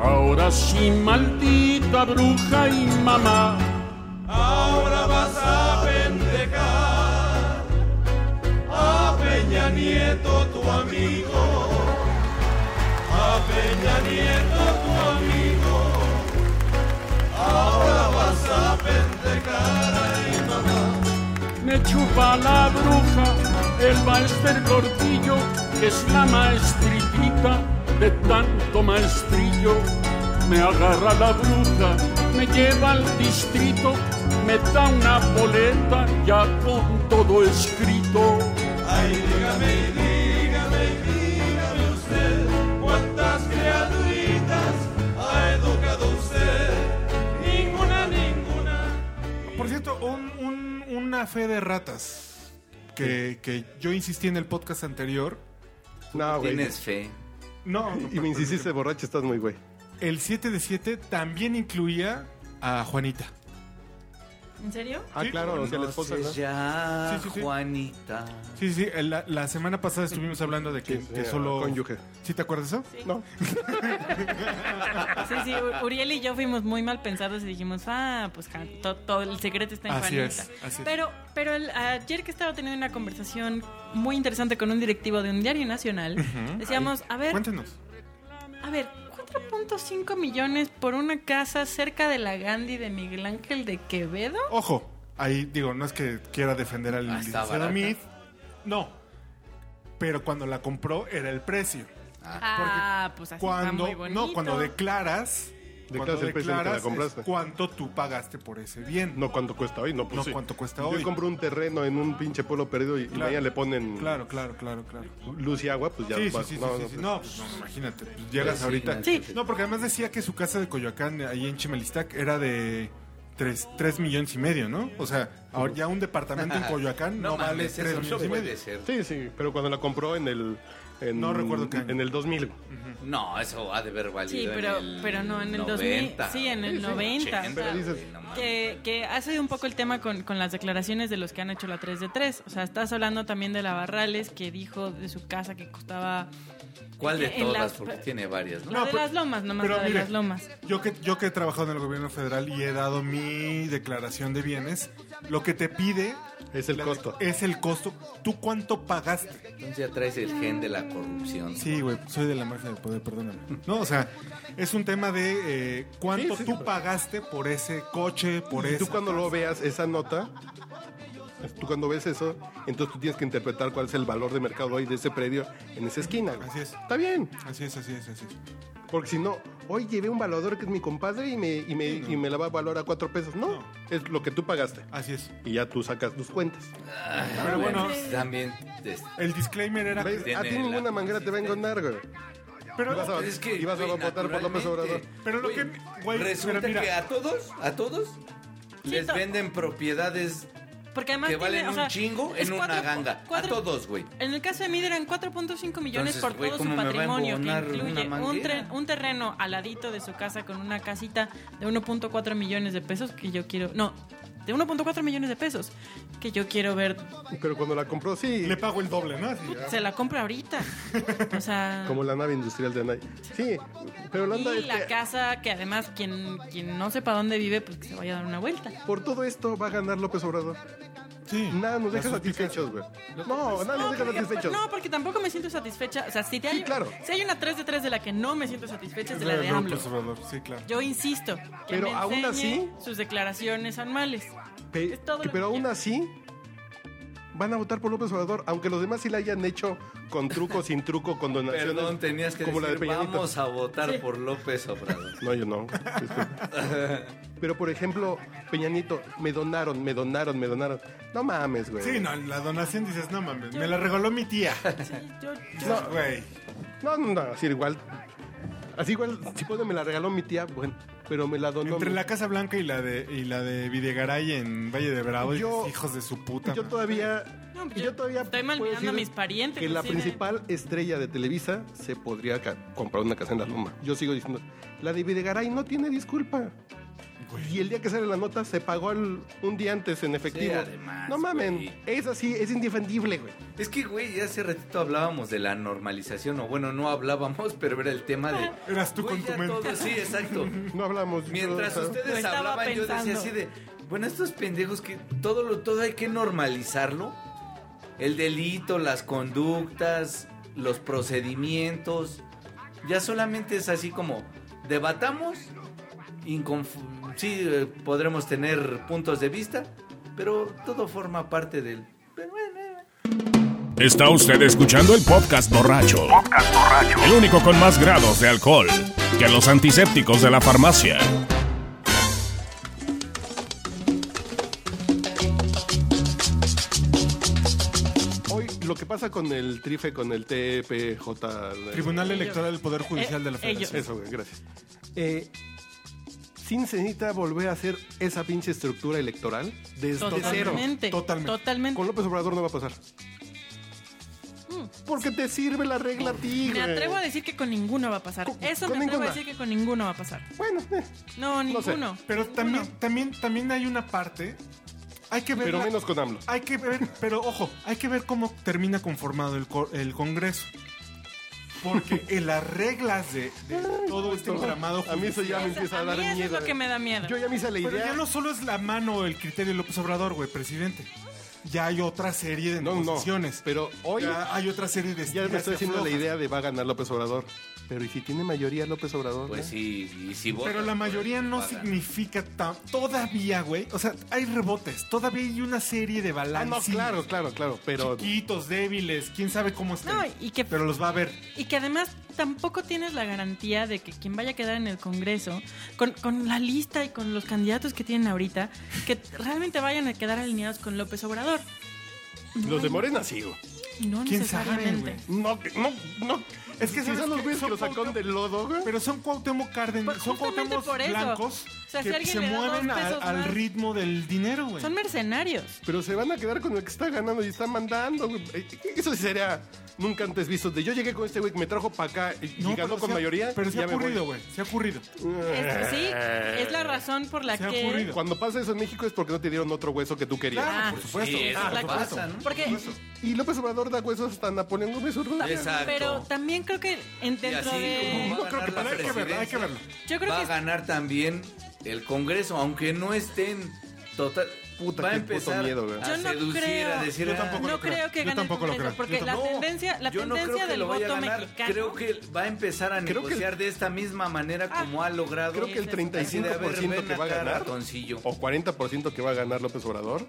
G: Ahora sí, maldita bruja y mamá,
F: Ahora vas a pendejar a Peña Nieto, tu amigo. A Peña Nieto, tu amigo. Ahora vas a pendejar, ay mamá.
G: me chupa la bruja, el maester gordillo, que es la maestritita de tanto maestrillo. Me agarra la bruja, me lleva al distrito, me da una boleta ya con todo escrito.
F: Ay, dígame y dígame y dígame usted cuántas criaturitas ha educado usted. Ninguna, ninguna.
A: Por cierto, un, un- un una fe de ratas que, que yo insistí en el podcast anterior.
C: No, güey.
D: Tienes fe.
A: No, no,
C: Y me insististe, borracho, estás muy güey.
A: el 7 de 7 también incluía a Juanita.
B: ¿En serio?
C: Ah,
A: Sí.
C: claro, o sea, la esposa, ¿no?
D: Conoces ya,
A: Sí, sí, sí.
D: Juanita.
A: Sí, sí, sí, la, la semana pasada estuvimos hablando de que,
C: Sí,
A: que
C: eh,
A: solo...
C: cónyuge.
A: ¿Sí te acuerdas de eso?
C: No,
B: Sí, sí, U- Uriel y yo fuimos muy mal pensados y dijimos, ah, pues ja, to- todo el secreto está en
A: Así
B: Juanita.
A: es, así es.
B: Pero, pero el- ayer que estaba teniendo una conversación muy interesante con un directivo de un diario nacional, decíamos, a ver,
A: Cuéntenos.
B: a ver, 4.5 millones por una casa cerca de la Gandhi de Miguel Ángel de Quevedo.
A: Ojo, ahí digo, no es que quiera defender al
D: Ah, está
A: licenciado
D: barata.
A: Meade, no. Pero cuando la compró era el precio.
B: Ah, pues así está
A: Cuando,
B: muy bonito.
A: no, cuando declaras,
C: Declaras
A: cuando
C: el precio en el que la
A: declaras
C: compraste.
A: es cuánto tú pagaste por ese bien.
C: no cuánto cuesta hoy, no pues
A: No
C: sí.
A: cuánto cuesta
C: Yo
A: hoy.
C: compro un terreno en un pinche pueblo perdido y, y
A: Claro.
C: mañana le ponen
A: Claro, claro, claro, claro.
C: luz y agua, pues ya.
A: Sí, sí,
C: va-
A: sí, sí,
C: no,
A: sí,
C: no,
A: sí. No, pues, no, imagínate. pues, llegas ahorita.
B: Sí.
A: No, porque además decía que su casa de Coyoacán, ahí en Chimelistac, era de 3, millones y medio, ¿no? O sea, ahora ya un departamento en Coyoacán no, vale
D: mames,
A: 3
D: eso no
A: millones y
D: puede
A: medio.
D: ser.
C: Sí, sí, pero cuando la compró en el... en-
A: No recuerdo qué año.
C: En el 2000.
D: No, eso ha de haber valido
B: Sí, pero,
D: en el
B: pero no, en el
D: 90,
B: 2000. Sí, en el
C: Sí, sí.
B: 90. o
D: 80,
B: sea,
C: Pero dices-
D: güey, no mames.
B: Que, que ha sido un poco el tema con, con las declaraciones de los que han hecho la 3 de 3. O sea, estás hablando también de la Barrales que dijo de su casa que costaba...
D: ¿Cuál de
B: en
D: todas?
B: las-
D: Porque tiene varias, ¿no?
B: La
A: No,
B: de
A: pero-
B: las lomas, nomás
A: pero
B: la de
A: mire,
B: las lomas.
A: Yo que, yo que he trabajado en el gobierno federal y he dado mi declaración de bienes, lo que te pide
C: Es el costo.
A: es el costo. ¿Tú cuánto pagaste?
D: Entonces ya traes el gen de la corrupción.
A: Sí, güey, soy de la mafia del poder, perdóname. No, o sea, es un tema de eh, cuánto
C: Sí, sí,
A: tú
C: pero-
A: pagaste por ese coche, por
C: Y
A: eso.
C: tú cuando lo veas, esa nota, tú cuando ves eso, entonces tú tienes que interpretar cuál es el valor de mercado hoy de ese predio en esa esquina. güey.
A: Así es.
C: Está bien,
A: Así es, así es, así es.
C: porque si no, hoy llevé un valador que es mi compadre y me, y me, y me la va a valorar a cuatro pesos. No,
A: No.
C: es lo que tú pagaste.
A: Así es.
C: Y ya tú sacas tus cuentas.
D: Ah,
A: Pero bueno,
D: pues, también. es-
A: El disclaimer era
C: ¿Ves?
A: que-
C: A ti
D: Ah, pues Tiene la
C: ninguna manguera te va a
D: consistencia.
C: engonar, güey.
A: Pero,
C: Ibas a,
D: es que,
C: ibas a
D: güey,
C: votar por López Obrador.
D: naturalmente,
A: Pero lo que- güey,
D: resulta
A: pero mira.
D: que a todos, a todos, les
B: to-
D: venden propiedades
B: Porque además
D: que
B: tiene,
D: valen
B: o sea,
D: un chingo
B: es
D: en una
B: cuatro-
D: ganga.
B: cuatro-
D: A todos, güey.
B: En el caso de Mid eran 4.5 millones
D: Entonces,
B: por
D: güey,
B: todo su
D: ¿cómo me va a
B: patrimonio, que
D: embonar una
B: incluye un,
D: manguera?
B: tren- un terreno al ladito de su casa con una casita de 1.4 millones de pesos que yo quiero... No, de 1.4 millones de pesos que yo quiero ver...
C: Pero cuando la compró, sí.
A: le pago el doble, ¿no? Así, ah,
B: Se la compra ahorita. O sea...
C: Como la nave industrial de Anay. Sí, pero la onda
B: Y
C: es
B: la
C: que
B: casa que además quien, quien no sepa dónde vive, pues que se vaya a dar una vuelta.
C: por todo esto va a ganar López Obrador.
A: sí.
C: Nada nos deja
A: Las
C: satisfechos, güey. No, nada nos deja satisfechos.
B: No, porque tampoco me siento satisfecha. O sea, si, te hay,
C: Sí, claro.
B: si hay una 3 de 3 de la que no me siento satisfecha, es de la de AMLO.
A: López Obrador, sí, claro.
B: Yo insisto. que
C: Pero
B: me
C: aún
B: enseñe
C: así-
B: Sus declaraciones anuales.
C: Pe-
B: Es todo
C: que-
B: lo
C: pero
B: que
C: aún
B: quiero.
C: así van a votar por López Obrador, aunque los demás sí la hayan hecho con truco, sin truco, con donaciones.
D: Perdón, tenías que
C: como la de
D: decir,
C: Peña Nieto.
D: vamos a votar por López Obrador.
C: No, yo no. Disculpa. pero por ejemplo, Peñanito, me donaron, me donaron, me donaron. No mames, güey.
A: Sí, no, la donación dices, no mames, me la regaló mi tía.
B: Sí, yo, yo-
A: No, güey.
C: No, no, no, así igual. Así igual, si puede, me la regaló mi tía, bueno, pero me la donó.
A: Entre
C: mi-
A: la Casa Blanca y la de y la de Videgaray en Valle de Bravo,
C: Yo-
A: dices, hijos de su puta.
C: Yo
A: madre".
C: todavía.
B: No, pues
C: yo,
B: yo
C: todavía.
B: estoy mal
C: puedo
B: mirando a
C: decir
B: mis parientes,
C: Que la
B: así de-
C: principal estrella de Televisa se podría ca- comprar una casa en la loma. Yo sigo diciendo. La de Videgaray no tiene disculpa. Y el día que sale la nota se pagó el- un día antes en efectivo.
D: además,
C: no mamen,
D: güey.
C: es así, es indefendible, güey.
D: Es que, güey, ya hace ratito hablábamos de la normalización, o bueno, no hablábamos, pero era el tema de...
A: Eras tú
D: Güey,
A: con tu
D: ya
A: mente.
D: todo- sí, exacto.
C: No hablamos.
D: Mientras
C: no, o sea,
B: Lo
D: ustedes
B: estaba
D: hablaban, yo decía
B: pensando.
D: así de, bueno, estos pendejos que todo lo todo hay que normalizarlo. El delito, las conductas, los procedimientos. Ya solamente es así como debatamos, inconf- sí eh, podremos tener puntos de vista, pero todo forma parte del pero bueno, eh,
I: Está usted escuchando el podcast borracho. El único con más grados de alcohol que los antisépticos de la farmacia.
C: Hoy lo que pasa con el trife, con el TPJ.
A: Tribunal Electoral del Poder Judicial de la
B: Eh, ellos.
A: Federación.
C: Eso, güey, gracias. Eh, sin se necesita volver a hacer esa pinche estructura electoral desde cero.
B: Totalmente.
A: Totalmente.
B: Totalmente.
C: Con López Obrador no va a pasar. Porque te sirve la regla a ti,
B: Mm. Me
C: güey.
B: atrevo a decir que con ninguno va a pasar.
C: Con-
B: Eso
C: con
B: me atrevo
C: ninguna.
B: a decir que con ninguno va a pasar.
C: Bueno, eh,
B: No,
C: No sé.
B: ninguno.
A: Pero
B: Ninguno.
A: también, también, también hay una parte. Hay que ver.
C: pero
A: la-
C: menos con AMLO.
A: Hay que ver, pero ojo, hay que ver cómo termina conformado el, co- el Congreso. Porque en las reglas de, de todo este entramado
C: A mí eso ya me
B: Esa-
C: empieza a
B: a
C: dar
B: mí eso
C: miedo. eh.
B: es lo que me da miedo.
C: Yo ya me hice la
A: Pero
C: idea.
A: ya no solo es la mano el criterio de López Obrador, güey, presidente. Ya hay otra serie de
C: No, no,
A: negociaciones.
C: pero hoy-
A: Ya hay otra serie de
C: Ya me
A: estiras y
C: estoy haciendo la
A: aflojas.
C: idea de va a ganar López Obrador. Pero ¿y si tiene mayoría López Obrador?
D: Pues
C: no?
D: sí, y si votan,
A: Pero la
D: pues,
A: mayoría no
D: pagan.
A: significa tan. Todavía, güey. O sea, hay rebotes. Todavía hay una serie de
C: Ah, no,
A: balances.
C: claro, claro, claro. Pero
A: Chiquitos, débiles. Quién sabe cómo están.
B: No, y que-
A: Pero los va a ver.
B: Y que además tampoco tienes la garantía de que quien vaya a quedar en el Congreso, con, con la lista y con los candidatos que tienen ahorita, que realmente vayan a quedar alineados con López Obrador.
C: los de Morena sí, güey.
B: Y no
A: ¿Quién sabe,
B: necesariamente.
A: güey?
C: No, que- no, no.
A: Es que
C: Si
A: ¿sabes
C: son los
A: qué?
C: güeyes que
A: Son
C: lo sacan
A: Cuauhtémoc-
C: del lodo, güey.
A: Pero son Cuauhtémoc Cárdenas,
B: Por-
A: son
B: justamente
A: Cuauhtémoc
B: por eso.
A: blancos
B: O sea, si
A: que
B: alguien
A: se
B: le da dos
A: mueven al-
B: pesos
A: al
B: más.
A: ritmo del dinero, güey.
B: Son mercenarios.
C: Pero se van a quedar con el que está ganando y está mandando, güey. Eh, Eso sí sería nunca antes visto. De yo llegué con este güey que me trajo para acá y
A: No,
C: y ganó
A: pero
C: con
A: se ha-
C: mayoría.
A: Pero se
C: ya
A: ha
C: me voy.
A: ocurrido, güey. Se ha ocurrido.
B: Es- sí, es la razón por la
A: Se ha
B: que...
A: ocurrido.
C: Cuando pasa eso en México es porque no te dieron otro hueso que tú querías.
A: Claro,
B: Ah,
A: por supuesto.
D: Sí, eso
B: Ah, por
D: pasa,
B: supuesto.
D: ¿no?
B: Porque,
C: Y López Obrador da huesos hasta Napoleón Gómez Urrutia.
D: Exacto.
B: pero también creo que en-
D: Y
B: dentro
D: así
B: de...
D: como va a
A: creo que
D: ganar la
A: hay que verlo, hay que
D: presidencia,
A: verlo.
B: Yo creo
D: va
B: que
D: a
B: es-
D: ganar también el Congreso, aunque no estén total.
C: Puta,
D: va a
C: qué puto
D: empezar
C: miedo, güey.
D: a
B: Yo no
D: seducir,
B: creo.
D: a decir.
A: Yo
D: "Ah,
A: tampoco lo
B: no
A: creo.
B: creo que
A: Yo
B: gane el
A: tampoco lo
B: Congreso,
A: creo.
B: porque
A: Yo
B: la
D: no,
B: tendencia, la
D: yo no
B: tendencia
D: creo que
B: del
D: lo vaya a
B: voto
D: ganar.
B: mexicano...
D: Creo que va a empezar a
C: Creo que-
D: negociar de esta misma manera
B: Ah,
D: como ha logrado.
C: Creo que el
D: Así de, a ver,
C: 35%
D: ven
C: que va a
D: acá,
C: ganar,
D: ratoncillo.
C: o 40% que va a ganar López Obrador,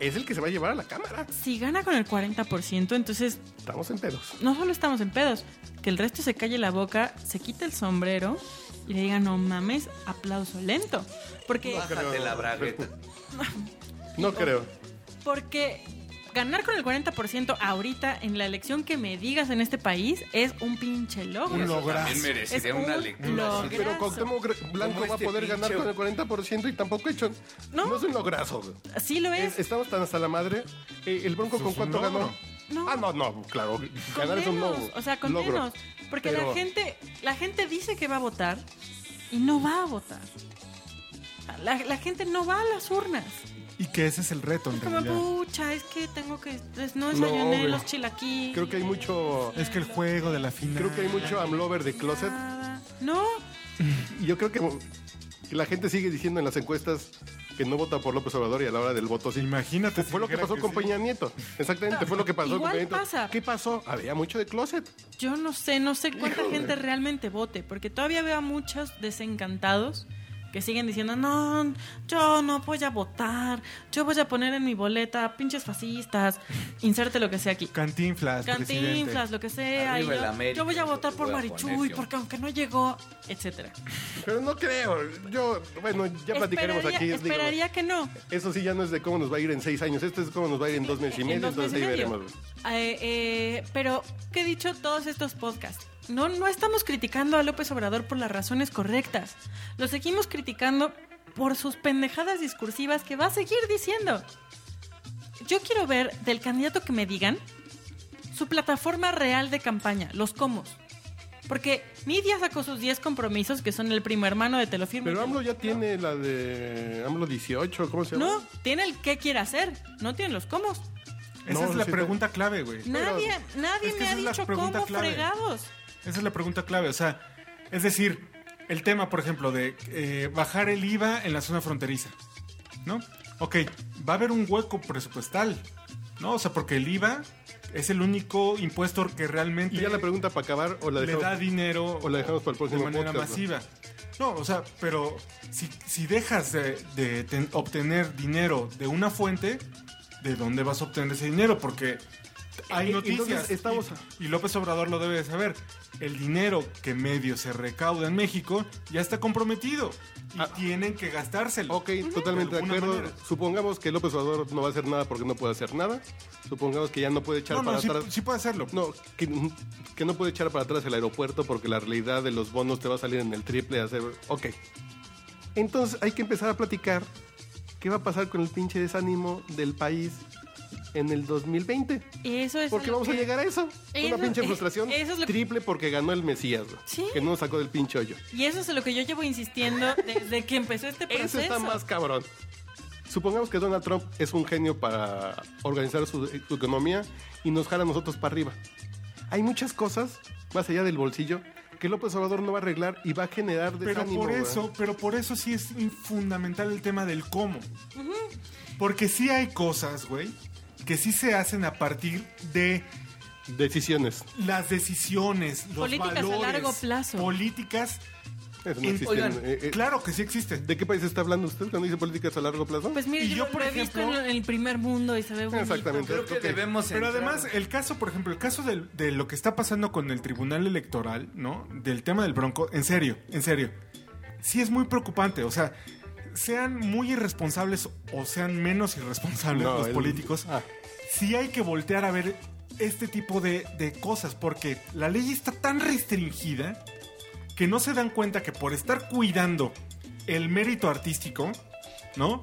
C: es el que se va a llevar a la cámara.
B: Si gana con el 40%, entonces
C: Estamos enteros.
B: no solo estamos en pedos, que el resto se calle la boca, se quite el sombrero y le diga, no mames, aplauso lento. Porque,
D: Bájate la bragueta.
C: No creo.
B: porque ganar con el 40% ahorita en la elección que me digas en este país es un pinche logro.
A: Un lograzo.
D: También merecería
B: Es un
D: una lectura.
B: lograzo.
D: así de-
C: Pero Cuauhtémoc Blanco
D: Como
C: va a
D: este
C: poder ganar con
D: pinche-
C: el 40% y tampoco ha hecho... No,
B: No.
C: es un lograzo. güey.
B: Sí lo es.
C: Eh, Estamos tan hasta la madre. Eh, ¿El Bronco
A: Eso
C: con
A: es un
C: cuánto
A: logro.
C: ganó?
B: No.
C: Ah, no, no, claro.
B: con
C: Ganar es un
B: menos,
C: logro.
B: o sea, con
C: logro.
B: menos. Porque
C: Pero-
B: la gente, la gente dice que va a votar y no va a votar. La, la gente no va a las urnas.
A: Y que ese es el reto, en
B: Es como,
A: realidad.
B: pucha, es que tengo que. es- No
C: No,
B: desayuné
C: güey.
B: los chilaquiles.
C: Creo que hay mucho...
A: Es que el juego de la final.
C: Creo que hay mucho amlover de closet.
B: Nada. No,
C: Y yo creo que la gente sigue diciendo en las encuestas que no vota por López Obrador y a la hora del voto sí.
A: Imagínate. si
C: Fue lo que
A: dijera
C: pasó con
A: sí.
C: Peña Nieto. Exactamente, fue lo que pasó con
B: Igual
C: Peña Nieto.
B: pasa.
C: ¿Qué pasó? Había mucho de closet.
B: yo no sé, no sé cuánta
C: Híjole.
B: gente realmente vote, porque todavía veo a muchos desencantados que siguen diciendo, no, yo no voy a votar, yo voy a poner en mi boleta pinches fascistas, inserte lo que sea aquí.
A: Cantinflas,
B: Cantinflas,
A: presidente.
B: lo que sea. y
D: Arriba el
B: yo,
D: América,
B: yo voy a
D: eso
B: votar
D: te
B: por
D: voy a
B: Marichuy
D: poner, yo.
B: porque aunque no llegó, etcétera.
C: Pero no creo. Yo, bueno, ya platicaremos
B: Esperaría-
C: aquí. digo,
B: esperaría que no.
C: eso sí ya no es de cómo nos va a ir en seis años. Esto es cómo nos va a ir en dos meses y
B: En
C: medio.
B: dos
C: Entonces ahí
B: meses y medio.
C: veremos.
B: Eh, eh, pero, ¿qué he dicho todos estos podcasts? No, no estamos criticando a López Obrador por las razones correctas. Lo seguimos criticando por sus pendejadas discursivas que va a seguir diciendo. Yo quiero ver del candidato que me digan su plataforma real de campaña, los comos. Porque Nidia sacó sus 10 compromisos, que son el primo hermano de Te lo firmo y
C: Pero
B: te lo
C: AMLO ya tiene la de AMLO 18, ¿cómo se llama?
B: No, tiene el qué quiere hacer, no tiene los cómo.
A: Esa
C: No,
A: es la
C: sí,
A: pregunta clave, güey.
B: Nadie, nadie
A: es que
B: me ha
A: esa es la
B: dicho
A: pregunta
B: cómo
A: clave.
B: fregados.
A: Esa es la pregunta clave. O sea, es decir, el tema, por ejemplo, de eh, bajar el IVA en la zona fronteriza. ¿No? Ok, va a haber un hueco presupuestal. ¿No? O sea, porque el IVA es el único impuesto que realmente
C: Y ya la pregunta para acabar o la
A: le da
C: dejamos.
A: dinero
C: o la dejamos para el próximo
A: de manera
C: podcast, ¿no?
A: masiva. ¿no? o sea, pero si, si dejas de, de ten- obtener dinero de una fuente, ¿de dónde vas a obtener ese dinero? Porque hay
C: Eh,
A: noticias.
C: entonces estamos-
A: y, y López Obrador lo debe de saber. El dinero que medio se recauda en México ya está comprometido y
C: Ah.
A: tienen que gastárselo.
C: Ok, totalmente de
A: alguna
C: acuerdo.
A: manera.
C: Supongamos que López Obrador no va a hacer nada porque no puede hacer nada. Supongamos que ya no puede echar
A: No,
C: para
A: no, sí,
C: atrás.
A: sí puede hacerlo.
C: No, que, que no puede echar para atrás el aeropuerto porque la realidad de los bonos te va a salir en el triple. Hacer... Ok. Entonces hay que empezar a platicar qué va a pasar con el pinche desánimo del país en el 2020.
B: Eso Pues es.
C: Porque
B: lo
C: vamos a
B: que-
C: llegar a eso.
B: Eso-
C: Una pinche frustración
B: eso es lo que-
C: triple porque ganó el Mesías, güey,
B: Sí.
C: que no nos sacó del pinche hoyo.
B: Y eso es lo que yo llevo insistiendo desde que empezó este proceso.
C: Eso está más cabrón. Supongamos que Donald Trump es un genio para organizar su, su economía y nos jala a nosotros para arriba. Hay muchas cosas, más allá del bolsillo, que López Obrador no va a arreglar y va a generar
A: Pero
C: desánimo.
A: por
C: güey.
A: eso, pero por eso sí es fundamental el tema del cómo. Porque sí hay cosas, güey, que sí se hacen a partir de
C: Decisiones.
A: las decisiones, los
B: Políticas a
A: valores,
B: largo plazo.
A: políticas.
C: Eso no
A: En-
C: existe.
D: oigan,
C: Eh, eh,
A: Claro que sí existen.
C: ¿De qué país está hablando usted cuando dice políticas a largo plazo? Ah,
B: Pues mire,
A: Y
B: yo,
A: yo,
B: lo-
A: por
B: lo he
A: ejemplo-
B: visto en el primer mundo y se ve bonito.
C: Exactamente.
D: Creo que
C: Ok.
D: debemos
A: Pero
D: entrar.
A: además, el caso, por ejemplo, el caso del- de, lo que está pasando con el Tribunal Electoral, ¿no? Del tema del Bronco, en serio, en serio. Sí es muy preocupante, o sea, sean muy irresponsables o sean menos irresponsables
C: No,
A: los
C: el-
A: políticos,
C: Ah.
A: sí hay que voltear a ver este tipo de, de cosas, porque la ley está tan restringida que no se dan cuenta que por estar cuidando el mérito artístico, ¿no?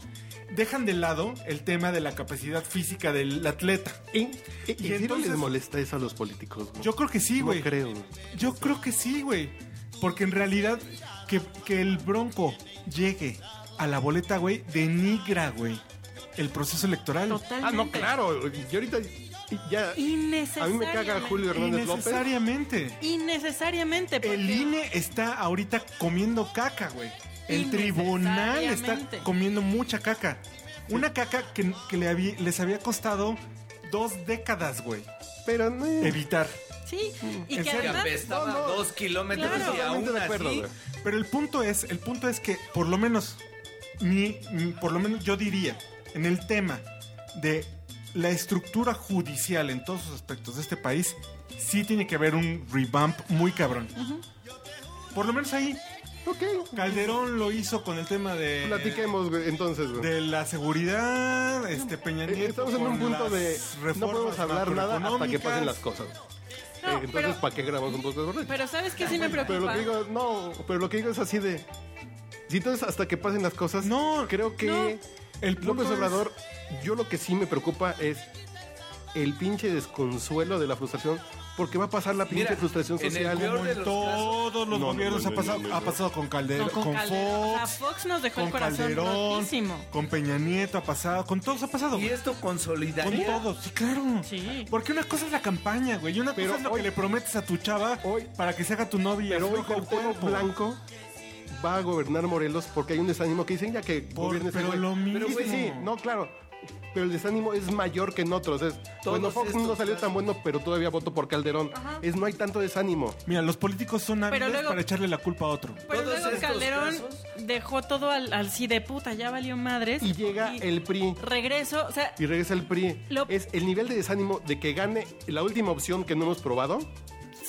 A: Dejan de lado el tema de la capacidad física del atleta.
C: ¿Y, y, y sí
A: entonces-
C: les molesta eso a los políticos? güey?
A: Yo creo que sí,
C: No
A: güey.
C: creo.
A: Yo creo que sí, güey. Porque en realidad, que, que el bronco llegue a la boleta, güey, denigra, güey, el proceso electoral.
B: Totalmente.
C: Ah, no, claro. Yo ahorita ya... A mí me caga Julio Hernández López.
A: Innecesariamente.
B: Innecesariamente. porque-
A: El INE está ahorita comiendo caca, güey. El tribunal está
B: Innecesariamente.
A: comiendo mucha caca. Una caca que, que le habí- les había costado dos décadas, güey,
C: Pero no...
A: evitar.
B: Sí, y
C: Mm.
A: ¿En
B: que
A: serio?
D: Que
B: además...
D: apestaba
C: No, no.
D: dos kilómetros
B: Claro.
D: y aún
C: Totalmente de
D: así.
C: acuerdo, güey.
A: Pero el punto es, el punto es que por lo menos, mi- mi- por lo menos yo diría, en el tema de la estructura judicial en todos sus aspectos de este país, sí tiene que haber un revamp muy cabrón. Por lo menos ahí,
C: Ok.
A: Calderón lo hizo con el tema de...
C: Platiquemos, güey, entonces, güey.
A: De la seguridad, este Peña
C: Eh,
A: Nieto.
C: Estamos en un
A: con
C: punto
A: las
C: de no
A: reformas
C: podemos hablar nada hasta que pasen
A: macroeconómicas.
C: las cosas.
B: No,
C: Eh, entonces,
B: pero-
C: ¿para qué grabamos un podcast borracho?
B: Pero ¿sabes qué sí me preocupa?
C: Pero lo que digo, no, pero lo que digo es así de. Si entonces hasta que pasen las cosas,
A: No,
C: creo que
A: no. El punto
C: López
A: es-
C: Obrador, yo lo que sí me preocupa es el pinche desconsuelo de la frustración, porque va a pasar la pinche
D: Mira,
C: frustración
D: en el
C: social.
D: peor
A: Como en
D: de los
A: todos los
C: No, no,
A: gobiernos
C: no,
A: ha,
C: no,
A: pasado,
C: no, no.
A: ha pasado con Calderón,
B: No,
A: con,
B: Calderón. O sea,
A: Fox,
B: Fox nos dejó
A: con
B: el corazón
A: Calderón,
B: rotísimo.
A: con Peña Nieto ha pasado, con todos ha pasado.
D: Y
A: güey.
D: esto
A: Con
D: consolidaría.
A: todos, sí, claro.
B: Sí.
A: Porque una cosa es la campaña, güey, y una
C: Pero
A: cosa es lo
C: hoy-
A: que le prometes a tu chava
C: hoy-
A: para que se haga tu novia. y
C: Pero hoy
A: afloja el
C: Cuauhtémoc
A: cuerpo.
C: Blanco va a gobernar Morelos porque hay un desánimo que dicen ya que
A: Por-
C: gobierne ese
A: pero
C: güey.
A: lo mismo.
C: Sí, sí, sí, no, claro. Pero el desánimo es mayor que en otros. Es, bueno, Fox
D: estos,
C: no salió
D: claro.
C: tan bueno, pero todavía voto por Calderón. Es no hay tanto desánimo.
A: Mira, los políticos son hábiles
B: luego-
A: para echarle la culpa a otro.
B: Pero
D: Todos
B: luego
D: estos
B: Calderón
D: casos-
B: dejó todo al, al sí de puta, ya valió madres.
C: Y llega
B: Y
C: el PRI.
B: Regreso, o sea,
C: Y regresa el PRI.
B: Lo-
C: Es el nivel de desánimo de que gane la última opción que no hemos probado.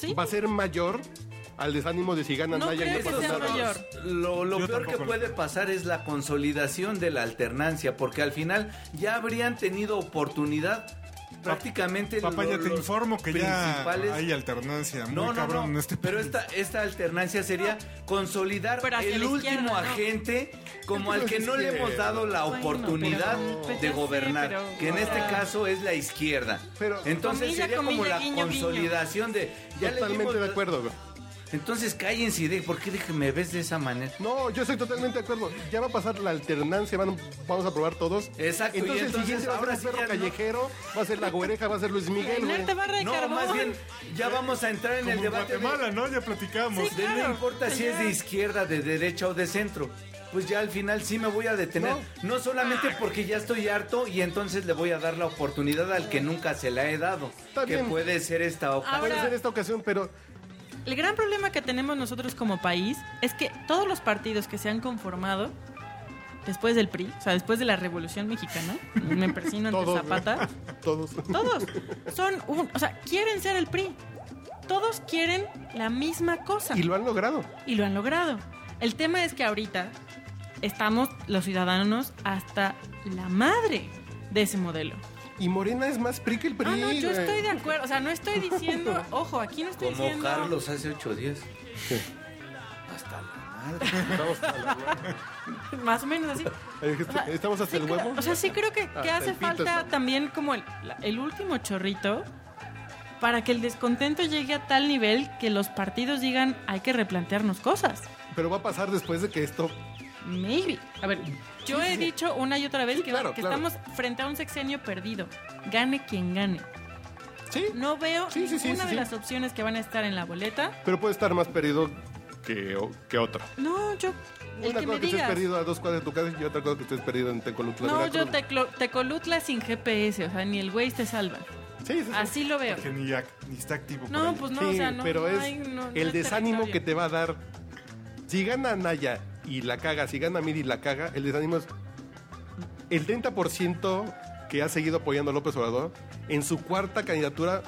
B: sí.
C: Va a ser mayor al desánimo de si gana
B: No
C: Naya y
B: creo
C: no
B: que
C: pasa
B: sea
C: nada.
B: mayor.
D: Lo, lo
A: Yo
D: peor que
A: tampoco lo
D: puede pasar es la consolidación de la alternancia, porque al final ya habrían tenido oportunidad prácticamente
A: Papá,
D: lo-
A: ya te
D: los
A: informo que ya
D: principales-
A: hay alternancia muy
D: no, no,
A: cabrón en
D: no,
A: este
D: pero
A: país.
D: esta, esta alternancia sería consolidar
B: Pero hacia
D: el
B: la
D: último
B: izquierda, ¿no?
D: agente como al que no le hemos dado la
B: Bueno,
D: oportunidad
B: pero- pues
D: de
B: ya sé,
D: gobernar,
B: pero-
D: que en este
B: Ah.
D: caso es la izquierda.
C: Pero-
D: Entonces
B: Comilla,
D: sería como
B: comilla,
D: la
B: guiño, guiño.
D: consolidación de... ya le
C: Totalmente
D: dimos-
C: de acuerdo. güey.
D: Entonces cállense y de, ¿por qué de que me ves de esa manera?
C: No, yo estoy totalmente de acuerdo. Ya va a pasar la alternancia, van, vamos a probar todos.
D: Exacto, y
C: Entonces, el
D: entonces
C: siguiente va a ser
D: ahora
C: el
D: sí
C: perro
D: ya no-
C: callejero, va a ser la güereja, va a ser Luis
B: La
C: Miguel, güey.
B: inerte barra de
D: No,
B: carbón.
D: más bien, ya vamos a entrar en
A: Como
D: el
A: en
D: debate de,
A: Guatemala, ¿no? Ya platicamos.
B: Sí,
D: de
B: Claro,
D: no importa si es de
B: ya.
D: izquierda, de derecha o de centro. Pues ya al final sí me voy a detener. No. solamente
A: Ah.
D: porque ya estoy harto y entonces le voy a dar la oportunidad al que nunca se la he dado.
C: Está
D: que
C: bien. Ah,
D: puede ser esta ocasión.
C: Puede
B: Ahora-
C: ser esta ocasión, pero
B: El gran problema que tenemos nosotros como país es que todos los partidos que se han conformado después del PRI, o sea, después de la Revolución Mexicana, me persino ante
C: Todos,
B: Zapata,
C: todos.
B: todos son un, o sea, quieren ser el PRI. Todos quieren la misma cosa
C: Y lo han logrado.
B: y lo han logrado. El tema es que ahorita estamos los ciudadanos hasta la madre de ese modelo.
C: Y Morena es más PRI que el PRI.
B: Ah, no, yo
C: güey.
B: estoy de acuerdo, o sea, no estoy diciendo, ojo, aquí no estoy
D: Como
B: diciendo
D: Carlos hace ocho días. Hasta la madre.
C: Estamos hasta la madre.
B: Más o menos así. O sea,
C: ¿Estamos hasta
B: sí
C: el
B: creo-
C: huevo?
B: O sea, sí creo que, que
C: Hasta
B: hace
C: el pito
B: falta
C: está.
B: también como el, la- el último chorrito para que el descontento llegue a tal nivel que los partidos digan hay que replantearnos cosas.
C: Pero va a pasar después de que esto.
B: Maybe. A ver, yo he dicho una y otra vez
C: Sí,
B: que,
C: claro,
B: que
C: claro.
B: estamos frente a un sexenio perdido. Gane quien gane.
C: Sí,
B: No veo
C: Sí, sí, sí,
B: ninguna de
C: sí, sí.
B: las opciones que van a estar en la boleta.
C: pero puede estar más perdido que, o- que otra.
B: No, yo. El
C: Una
B: que me
C: cosa que estés
B: digas.
C: perdido a dos cuadras de tu casa y otra cosa que estés perdido en Tecolutla.
B: No, yo
C: Veracruz.
B: teclo- Tecolutla sin GPS, o sea, ni el güey te salva.
C: Sí, sí, sí.
B: Así lo veo.
A: Que ni, ac- ni está activo. por
B: No,
A: ahí.
B: pues no,
C: Sí,
B: o sea, no.
C: pero
B: no
C: es
B: hay- no- no
C: el
B: es
C: desánimo
B: territorio.
C: que te va a dar. Si gana Naya y la caga, si gana Miri y la caga, el desánimo es el 30% que ha seguido apoyando a López Obrador. En su cuarta candidatura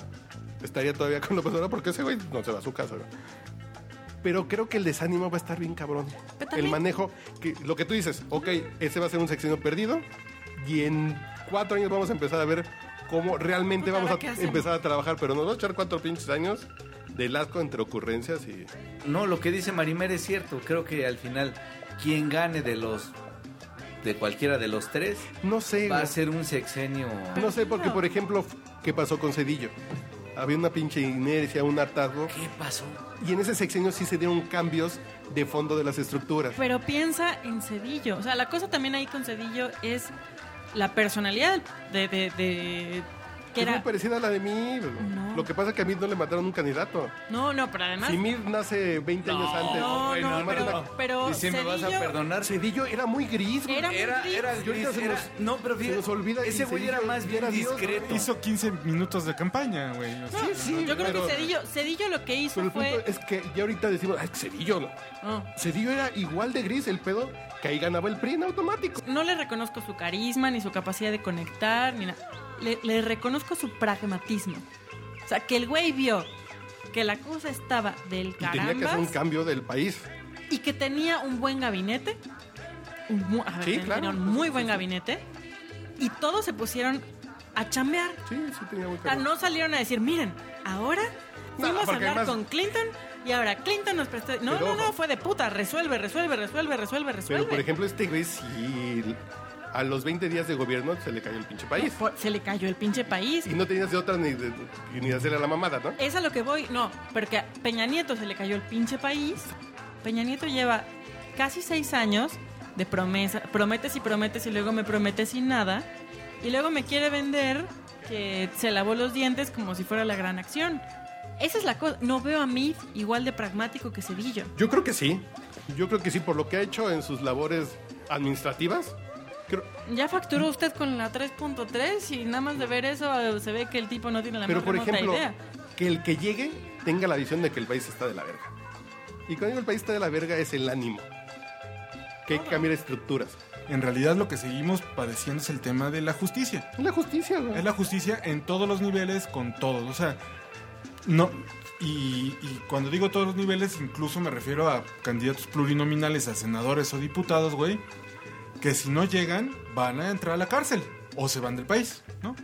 C: estaría todavía con López Obrador porque ese güey no se va a su casa. güey. Pero creo que el desánimo va a estar bien cabrón.
B: Pero
C: El
B: también-
C: manejo, que, lo que tú dices, ok, ese va a ser un sexenio perdido y en cuatro años vamos a empezar a ver cómo realmente
B: Puta,
C: vamos
B: ¿ahora Pues qué
C: a
B: hacemos?
C: empezar a trabajar, pero nos va a echar cuatro pinches años de lasco entre ocurrencias y...
D: No, lo que dice Marimer es cierto. Creo que al final, quien gane de los. de cualquiera de los tres,
C: No sé,
D: va a
C: güey.
D: ser un sexenio.
C: no sé, porque por ejemplo, ¿qué pasó con Cedillo? Había una pinche inercia, un hartazgo,
D: ¿Qué pasó?
C: y en ese sexenio sí se dieron cambios de fondo de las estructuras.
B: Pero piensa en Cedillo. O sea, la cosa también ahí con Cedillo es la personalidad de. de, de- que
C: Es muy
B: era.
C: parecida a la de Mir.
B: No.
C: Lo que pasa es que a Mir no le mataron un candidato.
B: No, no, pero además.
C: Si Mir nace 20 años antes,
B: no,
C: le
B: no,
C: matan
B: pero,
C: a-
B: pero
D: Dice, me vas a
B: Cedillo-
D: perdonar.
C: Cedillo era muy gris, güey.
B: Era muy
D: Era,
B: gris.
D: era
C: Y ahorita
D: gris,
C: se
D: era-
C: nos-
D: no, pero
C: se
D: fíjate,
C: nos olvida
D: ese
C: que
D: güey era
C: Cedillo
D: más bien
C: era Dios,
D: discreto.
A: Hizo 15 minutos de campaña, güey. O sea,
B: No, yo creo
C: pero-
B: que Cedillo, Cedillo lo que hizo
C: Pero el
B: fue.
C: punto es que ya ahorita decimos, "Ay, Cedillo. no".
B: No.
C: Cedillo era igual de gris el pedo que ahí ganaba el PRI en automático.
B: No le reconozco su carisma, ni su capacidad de conectar, ni nada. Le, le reconozco su pragmatismo. O sea, que el güey vio que la cosa estaba del
C: Y tenía que hacer un
B: caramba
C: cambio del país.
B: y, que tenía un buen gabinete. Un mu- a ver,
C: Sí,
B: tenía
C: claro.
B: un muy buen gabinete. Y todos se pusieron a chambear.
C: Sí, sí tenía muy
B: O sea,
C: claro.
B: no salieron a decir, miren, ahora
C: No,
B: fuimos a
C: porque
B: hablar
C: además-
B: con Clinton y ahora Clinton nos prestó... No,
C: Pero
B: no, no,
C: ojo.
B: fue de puta. Resuelve, resuelve, resuelve, resuelve, resuelve.
C: Pero por ejemplo, este güey sí a los 20 días de gobierno se le cayó el pinche país.
B: Por- se le cayó el pinche país.
C: Y no tenías de otra ni de, ni de hacerle a la mamada, ¿no?
B: Es a lo que voy, no, porque a Peña Nieto se le cayó el pinche país. Peña Nieto lleva casi seis años de promesa, prometes y prometes y luego me prometes y nada. Y luego me quiere vender que se lavó los dientes como si fuera la gran acción. Esa es la cosa. No veo a mí igual de pragmático que Cedillo.
C: Yo creo que sí. Yo creo que sí, por lo que ha hecho en sus labores administrativas. Creo-
B: Ya
C: Mm.
B: facturó usted con la 3.3 y nada más de ver eso eh, se ve que el tipo no tiene la
C: Pero
B: más
C: por
B: remota
C: ejemplo,
B: idea.
C: que el que llegue tenga la visión de que el país está de la verga. Y cuando digo el país está de la verga es el ánimo. Que hay que cambiar estructuras.
A: En realidad lo que seguimos padeciendo es el tema de la justicia.
C: Es la justicia, güey.
A: Es la justicia en todos los niveles, con todos. O sea, no. Y, y cuando digo todos los niveles, incluso me refiero a candidatos plurinominales, a senadores o diputados, güey, que si no llegan, van a entrar a la cárcel o se van del país, ¿no?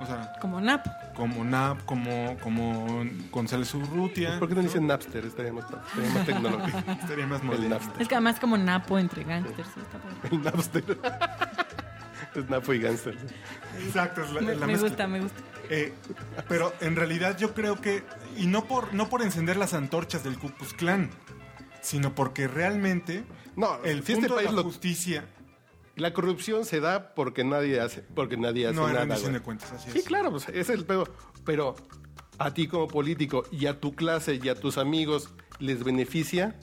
A: O sea,
B: Como NAP.
A: como NAP, como, como González Urrutia.
C: ¿Por qué no dicen Napster? Estaría más, estaría más tecnológico.
A: Estaría más
C: el
A: moderno.
C: Napster.
B: Es que además como Napo entre gangsters. sí, está padre.
C: El Napster. es Napo y Gangster.
A: Exacto, es la,
B: Me,
A: la
B: me
A: mezcla.
B: gusta, me gusta.
A: Eh, pero en realidad yo creo que, y no por, no por encender las antorchas del Ku Klux Klan, sino porque realmente
C: No,
A: el punto
C: si este
A: de
C: país
A: la
C: lo-
A: justicia
C: La corrupción se da porque nadie hace, porque nadie hace
A: no hay
C: nada.
A: rendición
C: güey.
A: de cuentas, así
C: Sí,
A: es.
C: claro, pues, ese es el pedo. Pero a ti como político y a tu clase y a tus amigos les beneficia,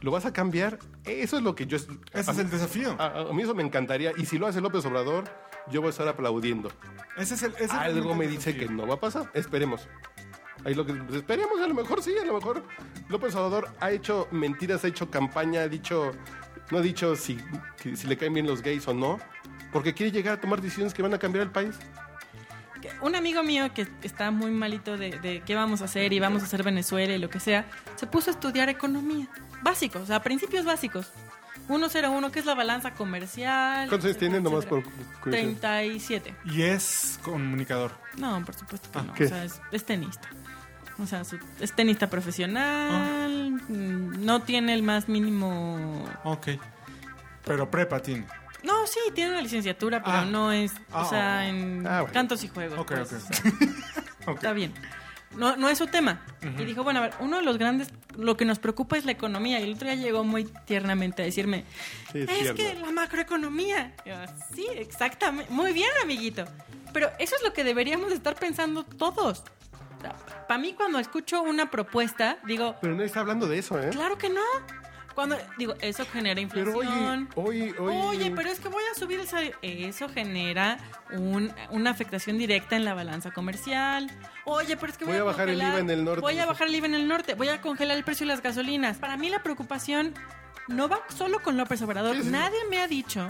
C: ¿lo vas a cambiar? Eso es lo que yo...
A: Ese es el desafío.
C: A, a mí eso me encantaría. Y si lo hace López Obrador, yo voy a estar aplaudiendo.
A: Ese es el, ese es
C: Algo
A: realmente
C: me
A: el
C: dice que
A: desafío.
C: no va a pasar. Esperemos. Ahí lo que pues, esperemos, a lo mejor sí, a lo mejor López Obrador ha hecho mentiras, ha hecho campaña, ha dicho, no ha dicho si, que- si le caen bien los gays o no, porque quiere llegar a tomar decisiones que van a cambiar el país.
B: Que Un amigo mío que está muy malito de, de qué vamos a hacer y vamos a hacer Venezuela y lo que sea, se puso a estudiar economía. Básicos, o sea, principios básicos. 101, que es la balanza comercial.
C: ¿Cuántos años tiene
B: etcétera,
C: nomás por
B: etcétera.
C: curiosidad?
B: 37.
A: Y es comunicador.
B: No, por supuesto que no.
C: Ah, ¿qué?
B: O sea, es, es tenista. O sea, su- es tenista profesional,
C: Ah.
B: mm, no tiene el más mínimo...
A: Ok. Pero prepa tiene.
B: No, sí, tiene una licenciatura, pero
A: Ah.
B: no es,
A: Ah,
B: o sea, en
A: ah, bueno.
B: cantos y juegos.
A: Ok,
B: pues,
A: ok.
B: o sea, Está bien. No, no es su tema. Y dijo, bueno, a ver, uno de los grandes, lo que nos preocupa es la economía. Y el otro día llegó muy tiernamente a decirme,
C: Sí,
B: es,
C: es tierno.
B: que la macroeconomía. Y yo, sí, exactamente. Muy bien, amiguito. Pero eso es lo que deberíamos estar pensando todos. Para mí, cuando escucho una propuesta, digo,
C: Pero nadie está hablando de eso, ¿eh?
B: claro que no. Cuando digo, eso genera
C: Pero oye,
B: inflación.
C: oye, oye.
B: Oye, pero es que voy a subir el salario. Eso genera un- una afectación directa en la balanza comercial. Oye, pero es que voy,
C: Voy a bajar el
B: congelar-
C: IVA en el norte.
B: Voy a bajar el IVA en el norte. Voy a congelar el precio de las gasolinas. Para mí la preocupación no va solo con López Obrador.
C: Sí, sí, sí.
B: Nadie me ha dicho.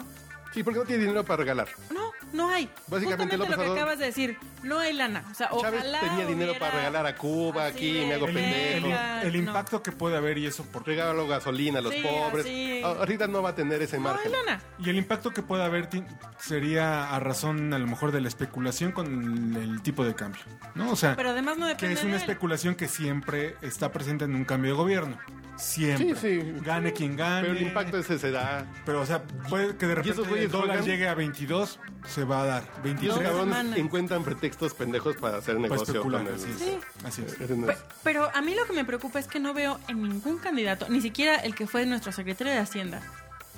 C: Sí, porque no tiene dinero para regalar.
B: No, no hay.
C: Básicamente,
B: Justamente
C: López
B: lo que
C: Obrador-
B: acabas de decir. No hay lana. O sea,
C: Chávez
B: ojalá
C: tenía dinero para
B: hubiera-
C: regalar a Cuba,
B: así
C: aquí,
B: de
C: me hago
A: El,
C: pendejo.
A: el-
B: verga,
A: el
B: no.
A: impacto que puede haber y eso por
C: Regalo gasolina a los
B: Sí,
C: pobres.
B: así.
C: Ah, Ahorita no va a tener ese
B: No hay
C: margen.
B: lana.
A: Y el impacto que puede haber ti- sería a razón a lo mejor de la especulación con el, el tipo de cambio, ¿no? O sea,
B: Pero además no
A: que
B: depende
A: es una
B: de él.
A: especulación que siempre está presente en un cambio de gobierno. Siempre.
C: Sí, sí.
A: Gane quien gane.
C: Pero el impacto ese se da.
A: Pero, o sea, puede que de repente
C: esos güeyes
A: el dólar
C: juegan?
A: llegue a 22, se va a dar.
C: Y esos
A: 23
B: Dos
C: cabrones
B: semanas.
C: encuentran pretextos pendejos para hacer
A: para
C: negocio con
A: especular.
C: el...
A: Así es.
B: Sí.
A: Así es.
C: Ese no
B: Pe-
C: es-
B: Pero a mí lo que me preocupa es que no veo en ningún candidato, ni siquiera el que fue nuestro secretario de Hacienda,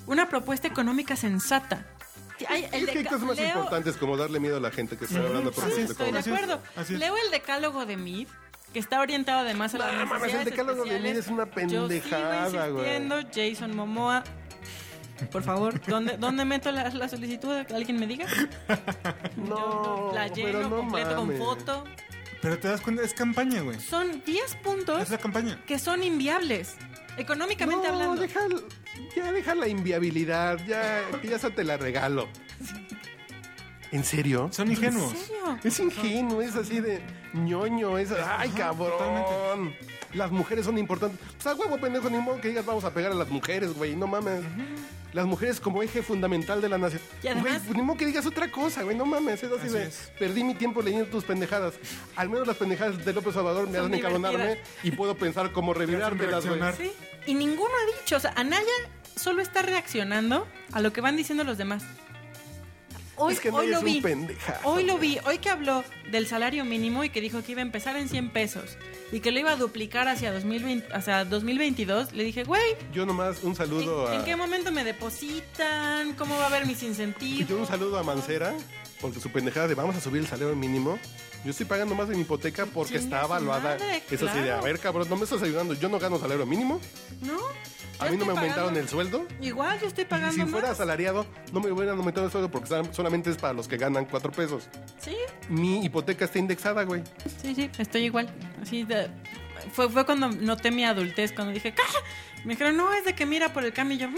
B: una propuesta económica sensata. Sí, hay- el
C: Es que hay
B: deca-
C: cosas más
B: leo-
C: importantes como darle miedo a la gente que está
A: Ujú,
C: hablando por
A: sí,
C: el
B: Sí,
C: de
B: estoy de
A: Así es,
B: acuerdo.
A: así es.
B: Leo el decálogo de Mid, que está orientado además a la
C: No, mames, el decálogo de Meade es una pendejada, güey.
B: Jason Momoa. Por favor, ¿dónde, dónde meto la, la solicitud? ¿Alguien me diga? Yo
C: No,
B: la
C: pero
B: lleno
C: no
B: completo con
C: mames.
B: foto.
A: Pero te das cuenta, es campaña, güey.
B: Son 10 puntos
A: Es la campaña.
B: que son inviables, económicamente hablando.
C: deja, ya deja la inviabilidad, ya, que ya se te la regalo. ¿En serio?
A: Son ingenuos.
B: ¿En serio?
C: Es ingenuo, es así de ñoño, es ay cabrón.
A: totalmente.
C: Las mujeres son importantes. Pues a huevo pendejo, ni modo que digas vamos a pegar a las mujeres, güey, no mames. Las mujeres como eje fundamental de la nación.
B: Y además-
C: Güey, pues, ni modo que digas otra cosa, güey, no mames. Es así,
A: Así
C: de,
A: es.
C: perdí mi tiempo leyendo tus pendejadas. Al menos las pendejadas de López Obrador me
B: Son
C: hacen encabronarme
B: divertidas.
C: y puedo pensar cómo revirártelas, güey.
A: reaccionar.
B: Sí. Y ninguno ha dicho, o sea, Anaya solo está reaccionando a lo que van diciendo los demás. Hoy,
C: Es que
B: hoy
C: Anaya
B: lo
C: es un
B: vi.
C: pendejazo, ¿eh?
B: hoy lo vi, hoy que habló del salario mínimo y que dijo que iba a empezar en 100 pesos y que lo iba a duplicar hacia 2020, hacia 2022, le dije, güey,
C: Yo nomás un
B: ¿en,
C: saludo a.
B: en qué momento me depositan? ¿Cómo va a haber mis incentivos?
C: Yo un saludo a Mancera porque su pendejada de vamos a subir el salario mínimo. Yo estoy pagando más de mi hipoteca porque
B: Chinga
C: está
B: su
C: evaluada.
B: madre,
C: es así de, a
B: claro.
C: ver, cabrón, no me estás ayudando. Yo no gano salario mínimo.
B: ¿No?
C: A
B: Yo
C: mí no
B: estoy
C: me aumentaron
B: pagando-
C: el sueldo.
B: Igual yo estoy
C: Y
B: pagando
C: si
B: más.
C: fuera asalariado, no me hubieran aumentado el sueldo porque sal- solamente es para los que ganan cuatro pesos.
B: Sí.
C: Mi hipoteca está indexada, güey.
B: Sí, sí, estoy igual. Así de- fue, fue cuando noté mi adultez, cuando dije, ¡Ah! me dijeron, no, es de que mira por el cambio. Y yo, "Mm,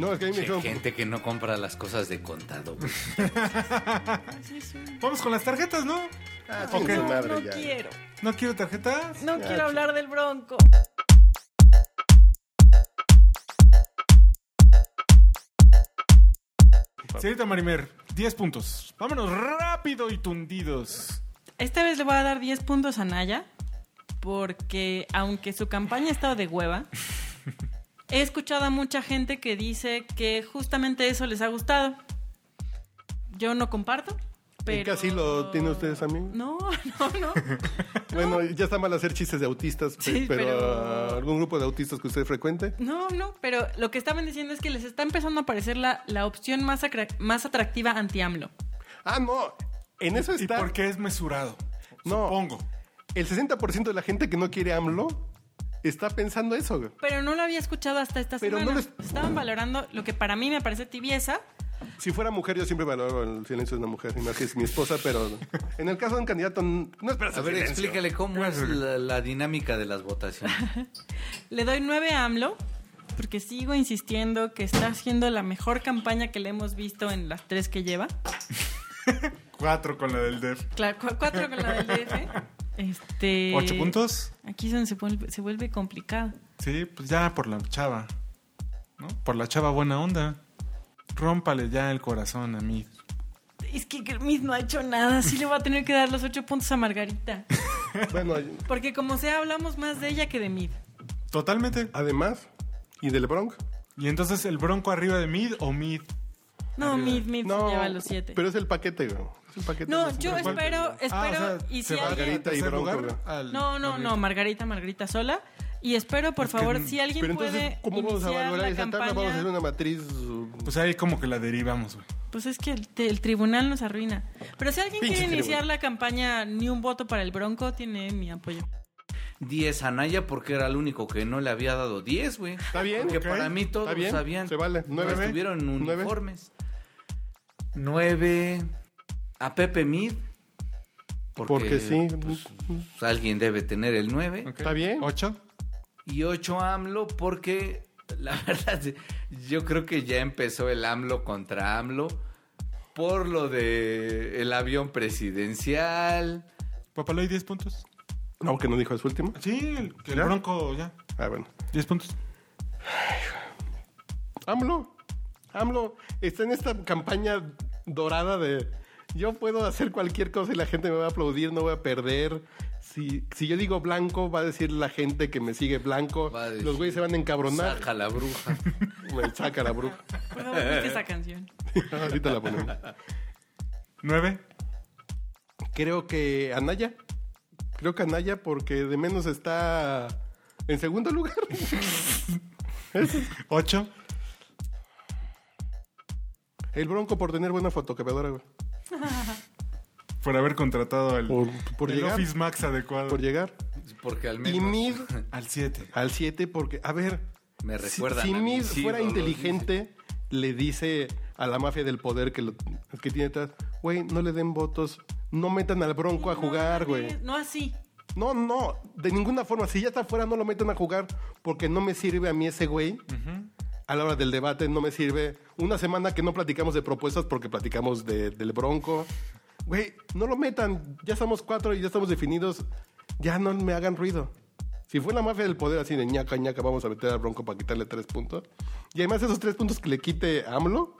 C: No, es que a mí me
D: Che,
C: dijeron,
D: gente que no compra las cosas de contado. güey.
B: sí, sí.
A: Vamos con las tarjetas, ¿no?
C: ah,
A: Ok.
C: chingue su
B: No,
C: madre,
B: no
C: ya.
B: quiero,
A: No quiero tarjetas.
B: no
C: Ya,
B: quiero
C: ch-
B: hablar del bronco.
A: Señorita Marimer, 10 puntos. Vámonos rápido y tundidos.
B: Esta vez le voy a dar 10 puntos a Naya, porque aunque su campaña ha estado de hueva, he escuchado a mucha gente que dice que justamente eso les ha gustado. Yo no comparto, pero...
C: ¿En qué asilo tiene ustedes a mí?
B: No, no, no.
C: Bueno, ya está mal hacer chistes de autistas, pe-
B: Sí,
C: pero,
B: pero-
C: ¿algún grupo de autistas que usted frecuente?
B: No, no, pero lo que estaban diciendo es que les está empezando a aparecer la, la opción más, acra- más atractiva anti-AMLO.
C: Ah, no. En eso
A: ¿Y
C: está.
A: por qué es mesurado?
C: No.
A: Supongo.
C: El 60% de la gente que no quiere AMLO está pensando eso, güey.
B: Pero no lo había escuchado hasta esta
C: Pero
B: semana.
C: no les-
B: Estaban valorando lo que para mí me parece tibieza.
C: Si fuera mujer, yo siempre valoro el silencio de una mujer, y más que es mi esposa, pero en el caso de un candidato, n- no esperas
D: A ver,
C: silencio.
D: explícale cómo es la, la dinámica de las votaciones.
B: Le doy nueve a AMLO porque sigo insistiendo que está haciendo la mejor campaña que le hemos visto en las tres que lleva.
A: Cuatro con la del DEF.
B: Claro, cu- cuatro con la del DF. Este,
A: ¿Ocho puntos?
B: Aquí es donde se vuelve, se vuelve complicado.
A: Sí, pues ya por la chava. ¿No? Por la chava buena onda. Rómpale ya el corazón a mí.
B: es que Kermit no ha hecho nada, sí le voy a tener que dar los ocho puntos a Margarita.
C: Bueno,
B: Porque como sea, hablamos más de ella que de Mid.
A: Totalmente.
C: además, y del Bronx.
A: Y entonces, ¿el bronco arriba de mid o mid?
B: No, Mid, Mid se
C: No,
B: lleva los siete.
C: Pero es el paquete, güey. Es el paquete.
B: No,
C: de-
B: yo
A: ¿Cuál?
B: espero, espero,
A: Ah, o sea,
B: y
A: se
B: si
A: va
B: alguien...
C: Margarita
A: al
C: y
A: tercer
C: Bronco,
A: lugar
C: ¿no?
A: al-
B: No, no, no, Margarita, Margarita sola. Y espero, por favor, si alguien
C: Pero entonces,
B: puede
C: ¿cómo vamos a
B: iniciar
C: valorar
B: la
C: esa tabla? Vamos a hacer
B: campaña.
C: una matriz. uh,
A: Pues ahí como que la derivamos, güey.
B: Pues es que el, te- el tribunal nos arruina. Pero si alguien
C: Pinche
B: quiere
C: tribunal.
B: iniciar la campaña Ni un voto para el Bronco, tiene mi apoyo.
D: 10 a Naya porque era el único que no le había dado 10, güey.
C: Está bien.
D: Porque
C: ok.
D: para mí todos
C: Está bien,
D: sabían.
C: Se vale.
D: No
C: Nueve.
D: estuvieron en
C: Nueve.
D: uniformes. 9 a Pepe Mid. Porque,
C: Porque sí.
D: pues, alguien debe tener el 9.
C: ¿Está bien?
A: ¿Ocho?
D: Y 8 AMLO porque la verdad yo creo que ya empezó el AMLO contra AMLO por lo de el avión presidencial.
A: Papaloy, 10 puntos.
C: No, que no dijo su último.
A: Sí, el, que el
C: ¿Ya?
A: bronco ya.
C: Ah, bueno.
A: 10 puntos.
C: AMLO. AMLO está en esta campaña dorada de yo puedo hacer cualquier cosa y la gente me va a aplaudir, no voy a perder. Si, si yo digo blanco, va a decir la gente que me sigue blanco.
D: Va a decir,
C: Los güeyes se van a encabronar.
D: Saca la bruja.
C: Me saca la bruja.
B: Por favor, busque esa canción.
C: Ahorita la ponemos.
A: ¿Nueve?
C: Creo que Anaya. Creo que Anaya porque de menos está en segundo lugar.
A: ¿Ocho?
C: El bronco por tener buena fotocopiadora, güey.
A: Por haber contratado el,
C: Por, por
A: el
C: llegar.
A: Office Max adecuado.
C: Por llegar.
D: Porque al
C: Y
D: menos
C: Mid
A: Al 7.
C: al 7 porque, a ver,
D: me
C: Si-
D: recuerdan.
C: Si,
D: a
C: Mid
D: mis
C: fuera
D: ídolos,
C: inteligente, le dice a la mafia del poder que, lo- que tiene atrás, güey, no le den votos, no metan al bronco a jugar, güey.
B: No así.
C: No, no, de ninguna forma. Si ya está afuera, no lo metan a jugar porque no me sirve a mí ese güey. A la hora del debate no me sirve. Una semana que no platicamos de propuestas porque platicamos de- del bronco. Güey, no lo metan. Ya somos cuatro y ya estamos definidos. Ya no me hagan ruido. Si fue la mafia del poder así de ñaca, ñaca, vamos a meter al bronco para quitarle tres puntos. Y además esos tres puntos que le quite AMLO,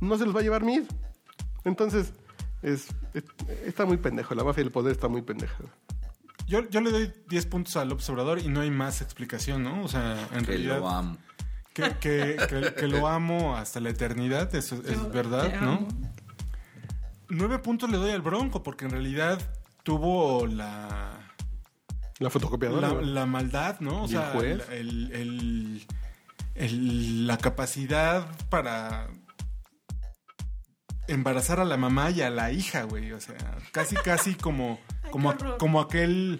C: no se los va a llevar Mid. Entonces, es- es- está muy pendejo. La mafia del poder está muy pendeja.
A: Yo, yo le doy 10 puntos al observador y no hay más explicación, ¿no? O sea, en
D: Que
A: realidad.
D: lo amo.
A: Que, que- que- que lo amo hasta la eternidad, eso es, es verdad,
B: te
A: ¿no?
B: amo.
A: Nueve puntos le doy al Bronco, porque en realidad tuvo la,
C: La fotocopiadora.
A: la,
C: güey.
A: la maldad, ¿no? O
C: ¿Y el
A: sea,
C: juez?
A: el- el- el- la capacidad para embarazar a la mamá y a la hija, güey. O sea, casi, casi como, como,
B: horror.
A: como aquel,